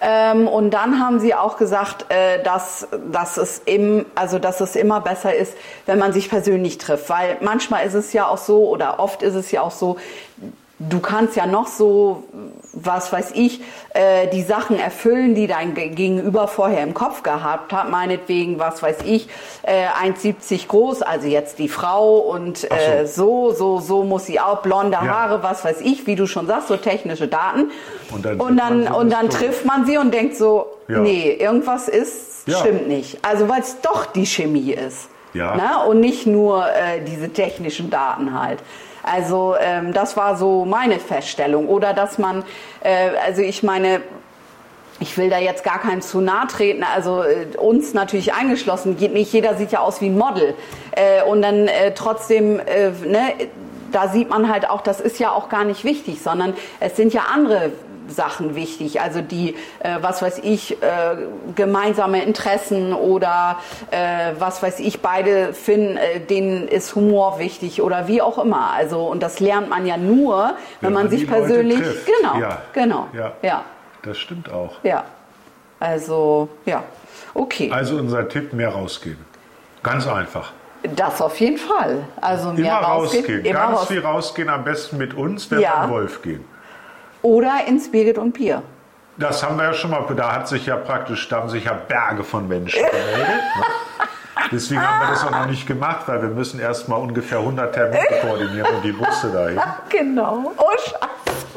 Speaker 2: Ähm, und dann haben sie auch gesagt, äh, dass, dass, es im, also dass es immer besser ist, wenn man sich persönlich trifft. Weil manchmal ist es ja auch so oder oft ist es ja auch so, du kannst ja noch so, was weiß ich, äh, die Sachen erfüllen, die dein Ge- Gegenüber vorher im Kopf gehabt hat. Meinetwegen, was weiß ich, äh, 1,70 groß, also jetzt die Frau und
Speaker 1: Ach so.
Speaker 2: äh, so, so, so muss sie auch, blonde
Speaker 1: Ja.
Speaker 2: Haare, was weiß ich, wie du schon sagst, so technische Daten.
Speaker 1: Und dann trifft
Speaker 2: und
Speaker 1: man
Speaker 2: dann,
Speaker 1: sie
Speaker 2: und
Speaker 1: das
Speaker 2: dann
Speaker 1: so.
Speaker 2: trifft man sie und denkt so,
Speaker 1: Ja.
Speaker 2: nee, irgendwas ist,
Speaker 1: Ja.
Speaker 2: stimmt nicht. Also weil es doch die Chemie ist.
Speaker 1: Ja.
Speaker 2: Ne? und nicht nur äh, diese technischen Daten halt. Also ähm, das war so meine Feststellung. Oder dass man, äh, also ich meine, ich will da jetzt gar keinem zu nahe treten, also äh, uns natürlich eingeschlossen, geht nicht jeder sieht ja aus wie ein Model. Äh, und dann äh, trotzdem, äh, ne, da sieht man halt auch, das ist ja auch gar nicht wichtig, sondern es sind ja andere Sachen wichtig, also die, äh, was weiß ich, äh, gemeinsame Interessen oder äh, was weiß ich, beide finden, äh, denen ist Humor wichtig oder wie auch immer. Also und das lernt man ja nur, wenn, man,
Speaker 1: die
Speaker 2: sich
Speaker 1: Leute
Speaker 2: persönlich,
Speaker 1: trifft.
Speaker 2: genau,
Speaker 1: Ja.
Speaker 2: genau,
Speaker 1: Ja.
Speaker 2: ja.
Speaker 1: Das stimmt auch.
Speaker 2: Ja. Also, ja. Okay.
Speaker 1: Also unser Tipp, mehr rausgehen. Ganz einfach.
Speaker 2: das auf jeden Fall. Also
Speaker 1: Immer
Speaker 2: mehr rausgehen.
Speaker 1: rausgehen.
Speaker 2: Immer
Speaker 1: Ganz
Speaker 2: raus.
Speaker 1: viel rausgehen, am besten mit uns, wenn
Speaker 2: Ja.
Speaker 1: wir in Wolf gehen.
Speaker 2: Oder ins Birgit und Bier.
Speaker 1: Das haben wir ja schon mal, da hat sich ja praktisch, da haben sich ja Berge von Menschen gemeldet. ne? Deswegen haben wir das auch noch nicht gemacht, weil wir müssen erst mal ungefähr 100 Termine koordinieren und die Busse dahin.
Speaker 2: Genau. Oh, Scheiße.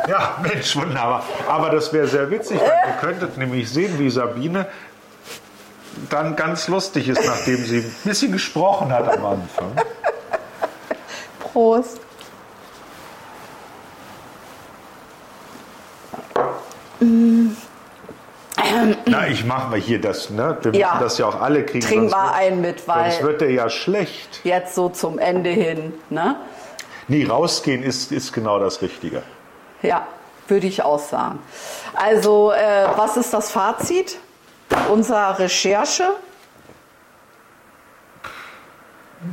Speaker 1: Ja, Mensch, wunderbar. Aber das wäre sehr witzig, weil ihr könntet nämlich sehen, wie Sabine dann ganz lustig ist, nachdem sie ein bisschen gesprochen hat am Anfang.
Speaker 2: Prost.
Speaker 1: Na, ich mache mal hier das, ne? Wir
Speaker 2: Ja.
Speaker 1: müssen das ja auch alle kriegen.
Speaker 2: Trink
Speaker 1: sonst
Speaker 2: mal
Speaker 1: wird-
Speaker 2: einen mit,
Speaker 1: Sonst
Speaker 2: weil
Speaker 1: wird der ja schlecht.
Speaker 2: jetzt so zum Ende hin, ne?
Speaker 1: Nee, rausgehen ist, ist genau das Richtige.
Speaker 2: Ja, würde ich auch sagen. Also, äh, was ist das Fazit unserer Recherche?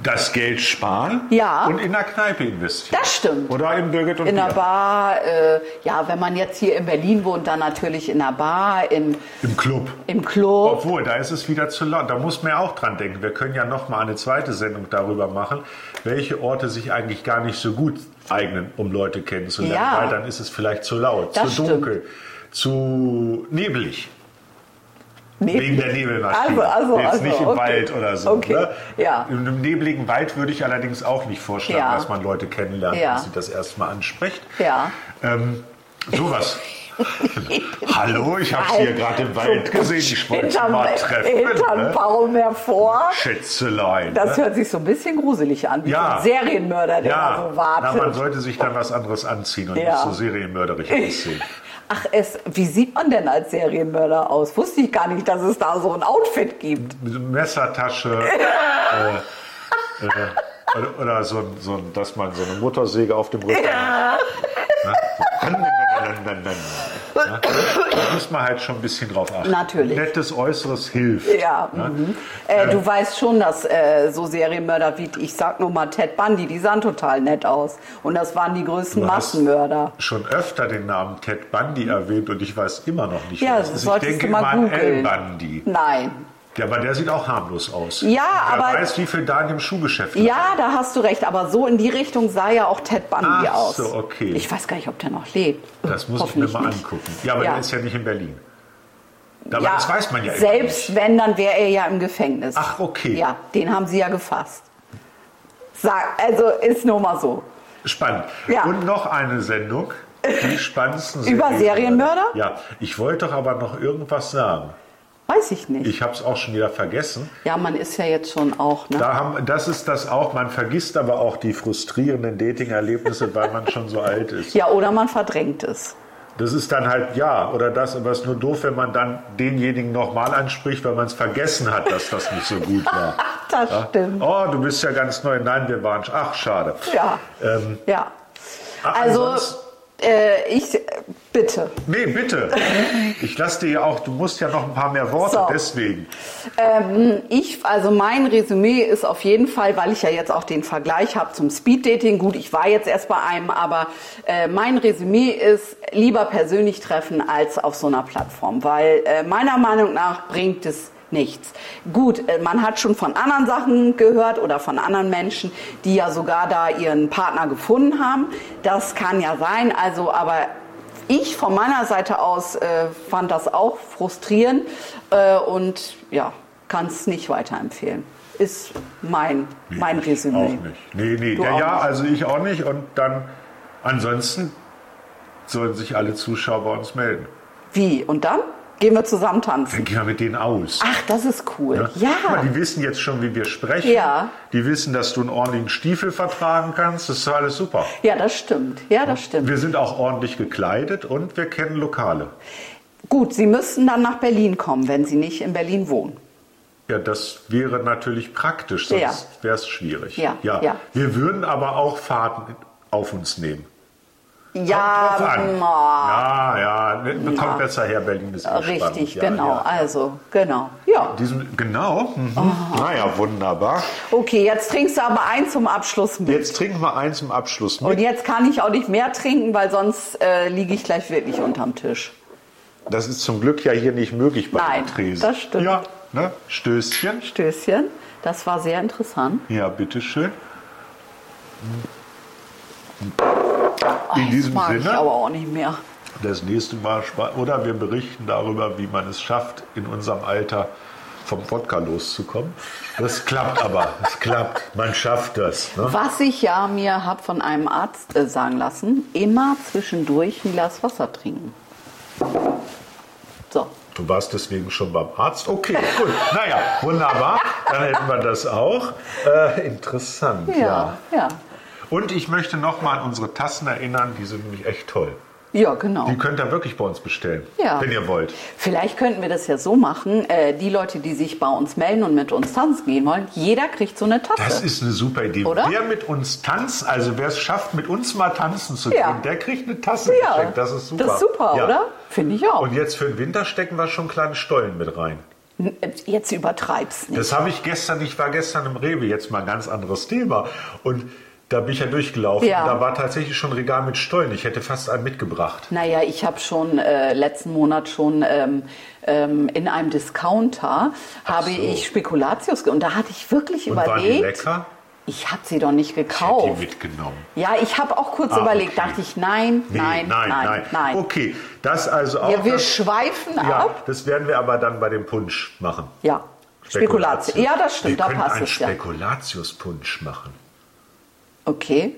Speaker 1: Das Geld sparen
Speaker 2: Ja.
Speaker 1: und in der Kneipe investieren.
Speaker 2: Das stimmt.
Speaker 1: Oder im Birgit und
Speaker 2: In der
Speaker 1: Bier.
Speaker 2: Bar, äh, ja, wenn man jetzt hier in Berlin wohnt, dann natürlich in der Bar, im,
Speaker 1: Im Club.
Speaker 2: im Club.
Speaker 1: Obwohl, da ist es wieder zu laut. Da muss man ja auch dran denken. Wir können ja noch mal eine zweite Sendung darüber machen, welche Orte sich eigentlich gar nicht so gut eignen, um Leute kennenzulernen.
Speaker 2: Ja.
Speaker 1: Weil dann ist es vielleicht zu laut,
Speaker 2: Das
Speaker 1: zu dunkel, zu nebelig.
Speaker 2: Nee.
Speaker 1: Wegen der Nebelmaschine.
Speaker 2: Also, also,
Speaker 1: Jetzt
Speaker 2: also,
Speaker 1: nicht im
Speaker 2: okay.
Speaker 1: Wald oder so.
Speaker 2: Okay,
Speaker 1: Ne?
Speaker 2: ja.
Speaker 1: In einem nebligen Wald würde ich allerdings auch nicht vorschlagen,
Speaker 2: Ja.
Speaker 1: dass man Leute kennenlernt,
Speaker 2: Ja.
Speaker 1: dass sie das erstmal anspricht.
Speaker 2: Ja.
Speaker 1: Ähm, sowas. Hallo, ich habe sie hier gerade im Wald gesehen. Ich wollte sie
Speaker 2: Hinterm,
Speaker 1: mal treffen.
Speaker 2: hinterm
Speaker 1: ne?
Speaker 2: Baum hervor.
Speaker 1: Schätzelein.
Speaker 2: Das
Speaker 1: ne?
Speaker 2: hört sich so ein bisschen gruselig an, wie
Speaker 1: Ja.
Speaker 2: so ein Serienmörder, der da
Speaker 1: ja,
Speaker 2: so
Speaker 1: na, man
Speaker 2: also wartet.
Speaker 1: sollte sich dann was anderes anziehen und
Speaker 2: Ja.
Speaker 1: nicht so serienmörderig aussehen.
Speaker 2: Ach, es, wie sieht man denn als Serienmörder aus? Wusste ich gar nicht, dass es da so ein Outfit gibt.
Speaker 1: Mit Messertasche äh, äh, oder, oder so, ein- so, ein- dass man so eine Motorsäge auf dem Rücken hat. Ne? So. Ja, Da muss man halt schon ein bisschen drauf achten.
Speaker 2: Natürlich.
Speaker 1: Nettes Äußeres hilft.
Speaker 2: Ja, mhm. äh, du weißt schon, dass äh, so Serienmörder wie, ich sag nur mal Ted Bundy, die sahen total nett aus. Und das waren die größten
Speaker 1: Du hast-
Speaker 2: Massenmörder.
Speaker 1: Schon öfter den Namen Ted Bundy erwähnt und ich weiß immer noch nicht,
Speaker 2: Ja,
Speaker 1: wer
Speaker 2: das
Speaker 1: Ich
Speaker 2: solltest
Speaker 1: denke
Speaker 2: du mal
Speaker 1: immer an El
Speaker 2: googeln.
Speaker 1: Bundy.
Speaker 2: Nein,
Speaker 1: Ja, aber der sieht auch harmlos aus.
Speaker 2: Ja,
Speaker 1: Wer
Speaker 2: aber-
Speaker 1: weiß, wie viel da in dem Schuhgeschäft
Speaker 2: Ja, da hast du recht, aber so in die Richtung sah ja auch Ted Bundy
Speaker 1: Ach
Speaker 2: aus.
Speaker 1: so, okay.
Speaker 2: Ich weiß gar nicht, ob der noch lebt.
Speaker 1: Das muss ich mir
Speaker 2: Hoffentlich
Speaker 1: mal
Speaker 2: nicht.
Speaker 1: angucken. Ja, aber
Speaker 2: Ja.
Speaker 1: der ist ja nicht in Berlin. Aber das weiß man ja immer
Speaker 2: Selbst
Speaker 1: nicht.
Speaker 2: wenn, dann wäre er ja im Gefängnis.
Speaker 1: Ach, okay.
Speaker 2: Ja, den haben sie ja gefasst. Sag, also ist nur mal so.
Speaker 1: Spannend.
Speaker 2: Ja.
Speaker 1: Und noch eine Sendung. Die spannendsten
Speaker 2: Über Serienmörder?
Speaker 1: Ja, ich wollte doch aber noch irgendwas sagen.
Speaker 2: Weiß ich nicht.
Speaker 1: Ich habe es auch schon wieder vergessen.
Speaker 2: ja, man ist ja jetzt schon auch, ne?
Speaker 1: Da haben, das ist das auch. Man vergisst aber auch die frustrierenden Dating-Erlebnisse, weil man schon so alt ist.
Speaker 2: Ja, oder man verdrängt es.
Speaker 1: Das ist dann halt ja oder das, aber es ist nur doof, wenn man dann denjenigen nochmal anspricht, weil man es vergessen hat, dass das nicht so gut war.
Speaker 2: Das stimmt.
Speaker 1: Oh, du bist ja ganz neu. Nein, wir waren. sch- Ach, schade.
Speaker 2: Ja.
Speaker 1: Ähm,
Speaker 2: Ja.
Speaker 1: ach,
Speaker 2: Also,
Speaker 1: ansonsten-
Speaker 2: äh, ich, bitte.
Speaker 1: Nee, bitte. Ich lasse dir ja auch, du musst ja noch ein paar mehr Worte,
Speaker 2: So.
Speaker 1: deswegen.
Speaker 2: Ähm, ich, also mein Resümee ist auf jeden Fall, weil ich ja jetzt auch den Vergleich habe zum Speeddating. Gut, ich war jetzt erst bei einem, aber äh, mein Resümee ist, lieber persönlich treffen als auf so einer Plattform, weil äh, meiner Meinung nach bringt es nichts. Gut, äh, man hat schon von anderen Sachen gehört oder von anderen Menschen, die ja sogar da ihren Partner gefunden haben. Das kann ja sein, also aber ich von meiner Seite aus äh, fand das auch frustrierend äh, und ja, kann es nicht weiterempfehlen. Ist mein, mein
Speaker 1: ich
Speaker 2: Resümee.
Speaker 1: Auch nicht. Nee, nee.
Speaker 2: Du
Speaker 1: Ja,
Speaker 2: auch
Speaker 1: ja,
Speaker 2: nicht.
Speaker 1: also ich auch nicht. Und dann ansonsten sollen sich alle Zuschauer bei uns melden.
Speaker 2: Wie? Und dann gehen wir zusammen tanzen.
Speaker 1: Dann gehen wir mit denen aus. ne?
Speaker 2: Ach, das ist cool.
Speaker 1: Guck mal,
Speaker 2: Ah, Ja.
Speaker 1: die wissen jetzt schon, wie wir sprechen.
Speaker 2: Ja.
Speaker 1: Die wissen, dass du einen ordentlichen Stiefel vertragen kannst. Das ist alles super.
Speaker 2: Ja, das stimmt. Ja, das stimmt.
Speaker 1: Wir sind auch ordentlich gekleidet und wir kennen Lokale.
Speaker 2: Gut, Sie müssten dann nach Berlin kommen, wenn Sie nicht in Berlin wohnen.
Speaker 1: Ja, das wäre natürlich praktisch, sonst
Speaker 2: Ja.
Speaker 1: wäre es schwierig.
Speaker 2: Ja, ja.
Speaker 1: Wir würden aber auch Fahrten auf uns nehmen.
Speaker 2: Ja,
Speaker 1: Kommt drauf an. Ja,
Speaker 2: na,
Speaker 1: ja, ne, kommt besser her, Berlin ist entspannt.
Speaker 2: richtig,
Speaker 1: ja,
Speaker 2: genau.
Speaker 1: Ja.
Speaker 2: Also, genau. Ja.
Speaker 1: Diesen, genau. Mhm.
Speaker 2: Oh.
Speaker 1: Naja, wunderbar.
Speaker 2: Okay, jetzt trinkst du aber eins zum Abschluss mit.
Speaker 1: Jetzt trinken wir eins im Abschluss
Speaker 2: Und
Speaker 1: mit.
Speaker 2: jetzt kann ich auch nicht mehr trinken, weil sonst äh, liege ich gleich wirklich unterm Tisch.
Speaker 1: Das ist zum Glück ja hier nicht möglich bei
Speaker 2: Nein,
Speaker 1: den Tresen.
Speaker 2: das stimmt.
Speaker 1: Ja, ne? Stößchen.
Speaker 2: Stößchen, das war sehr interessant.
Speaker 1: Ja, bitteschön.
Speaker 2: Oh, das
Speaker 1: diesem
Speaker 2: mag ich
Speaker 1: Sinne-
Speaker 2: aber auch nicht mehr.
Speaker 1: Das nächste Mal spa- oder wir berichten darüber, wie man es schafft, in unserem Alter vom Wodka loszukommen. Das klappt aber. Es klappt. Man schafft das. Ne?
Speaker 2: Was ich ja mir habe von einem Arzt äh, sagen lassen, immer zwischendurch ein Glas Wasser trinken. So,
Speaker 1: Du warst deswegen schon beim Arzt? Okay, gut. Naja, wunderbar. Dann hätten wir das auch. Äh, interessant, ja.
Speaker 2: ja, ja.
Speaker 1: Und ich möchte nochmal an unsere Tassen erinnern. Die sind nämlich echt toll.
Speaker 2: Ja, genau.
Speaker 1: Die könnt ihr wirklich bei uns bestellen,
Speaker 2: Ja.
Speaker 1: wenn ihr wollt.
Speaker 2: Vielleicht könnten wir das ja so machen, äh, die Leute, die sich bei uns melden und mit uns tanzen gehen wollen, jeder kriegt so eine Tasse.
Speaker 1: Das ist eine super Idee.
Speaker 2: Oder?
Speaker 1: Wer mit uns tanzt, also wer es schafft, mit uns mal tanzen zu gehen,
Speaker 2: Ja.
Speaker 1: der kriegt eine Tasse geschenkt. Das ist super.
Speaker 2: Das ist super,
Speaker 1: Ja.
Speaker 2: oder? Finde ich auch.
Speaker 1: Und jetzt für den Winter stecken wir schon einen kleinen Stollen mit rein.
Speaker 2: N- äh, Jetzt übertreib's nicht.
Speaker 1: Das habe ich gestern, ich war gestern im Rewe, jetzt mal ein ganz anderes Thema. Und da bin ich ja durchgelaufen.
Speaker 2: Ja.
Speaker 1: Da war tatsächlich schon ein Regal mit Stollen. Ich hätte fast einen mitgebracht.
Speaker 2: Naja, ich habe schon äh, letzten Monat schon ähm, ähm, in einem Discounter habe
Speaker 1: so.
Speaker 2: ich Spekulatius ge- und da hatte ich wirklich
Speaker 1: Und waren die
Speaker 2: überlegt,
Speaker 1: lecker?
Speaker 2: ich habe sie doch nicht
Speaker 1: Ich hätte die
Speaker 2: gekauft.
Speaker 1: mitgenommen.
Speaker 2: Ja, ich habe auch kurz
Speaker 1: Ah,
Speaker 2: überlegt,
Speaker 1: okay.
Speaker 2: dachte ich, nein,
Speaker 1: Nee,
Speaker 2: nein, nein, nein,
Speaker 1: Okay, das also auch.
Speaker 2: Ja, wir
Speaker 1: das,
Speaker 2: schweifen
Speaker 1: ja,
Speaker 2: ab.
Speaker 1: das werden wir aber dann bei dem Punsch machen.
Speaker 2: Ja, Spekulatius. Ja, das stimmt,
Speaker 1: wir
Speaker 2: da
Speaker 1: können
Speaker 2: passt
Speaker 1: einen
Speaker 2: es ja.
Speaker 1: Spekulatius-Punsch machen.
Speaker 2: Okay.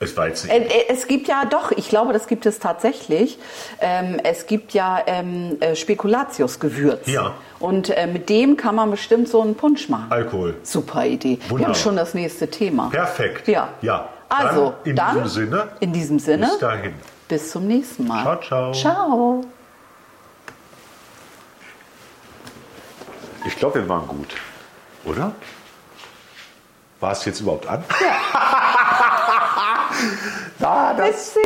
Speaker 1: Es war jetzt nicht.
Speaker 2: Äh, äh, Es gibt ja doch, ich glaube, das gibt es tatsächlich. Ähm, es gibt ja ähm, äh, Spekulatius-Gewürz.
Speaker 1: Ja.
Speaker 2: Und äh, mit dem kann man bestimmt so einen Punsch machen.
Speaker 1: Alkohol.
Speaker 2: Super Idee. Wir
Speaker 1: Wunderbar.
Speaker 2: haben schon das nächste Thema.
Speaker 1: Perfekt.
Speaker 2: Ja.
Speaker 1: Ja.
Speaker 2: Also,
Speaker 1: Dann in
Speaker 2: dann, ne?
Speaker 1: diesem Sinne,
Speaker 2: In diesem Sinne.
Speaker 1: bis dahin.
Speaker 2: Bis zum nächsten Mal.
Speaker 1: Ciao, ciao.
Speaker 2: Ciao.
Speaker 1: Ich glaube, wir waren gut. Oder? War es jetzt überhaupt an? Ja. Ah, das
Speaker 2: Bis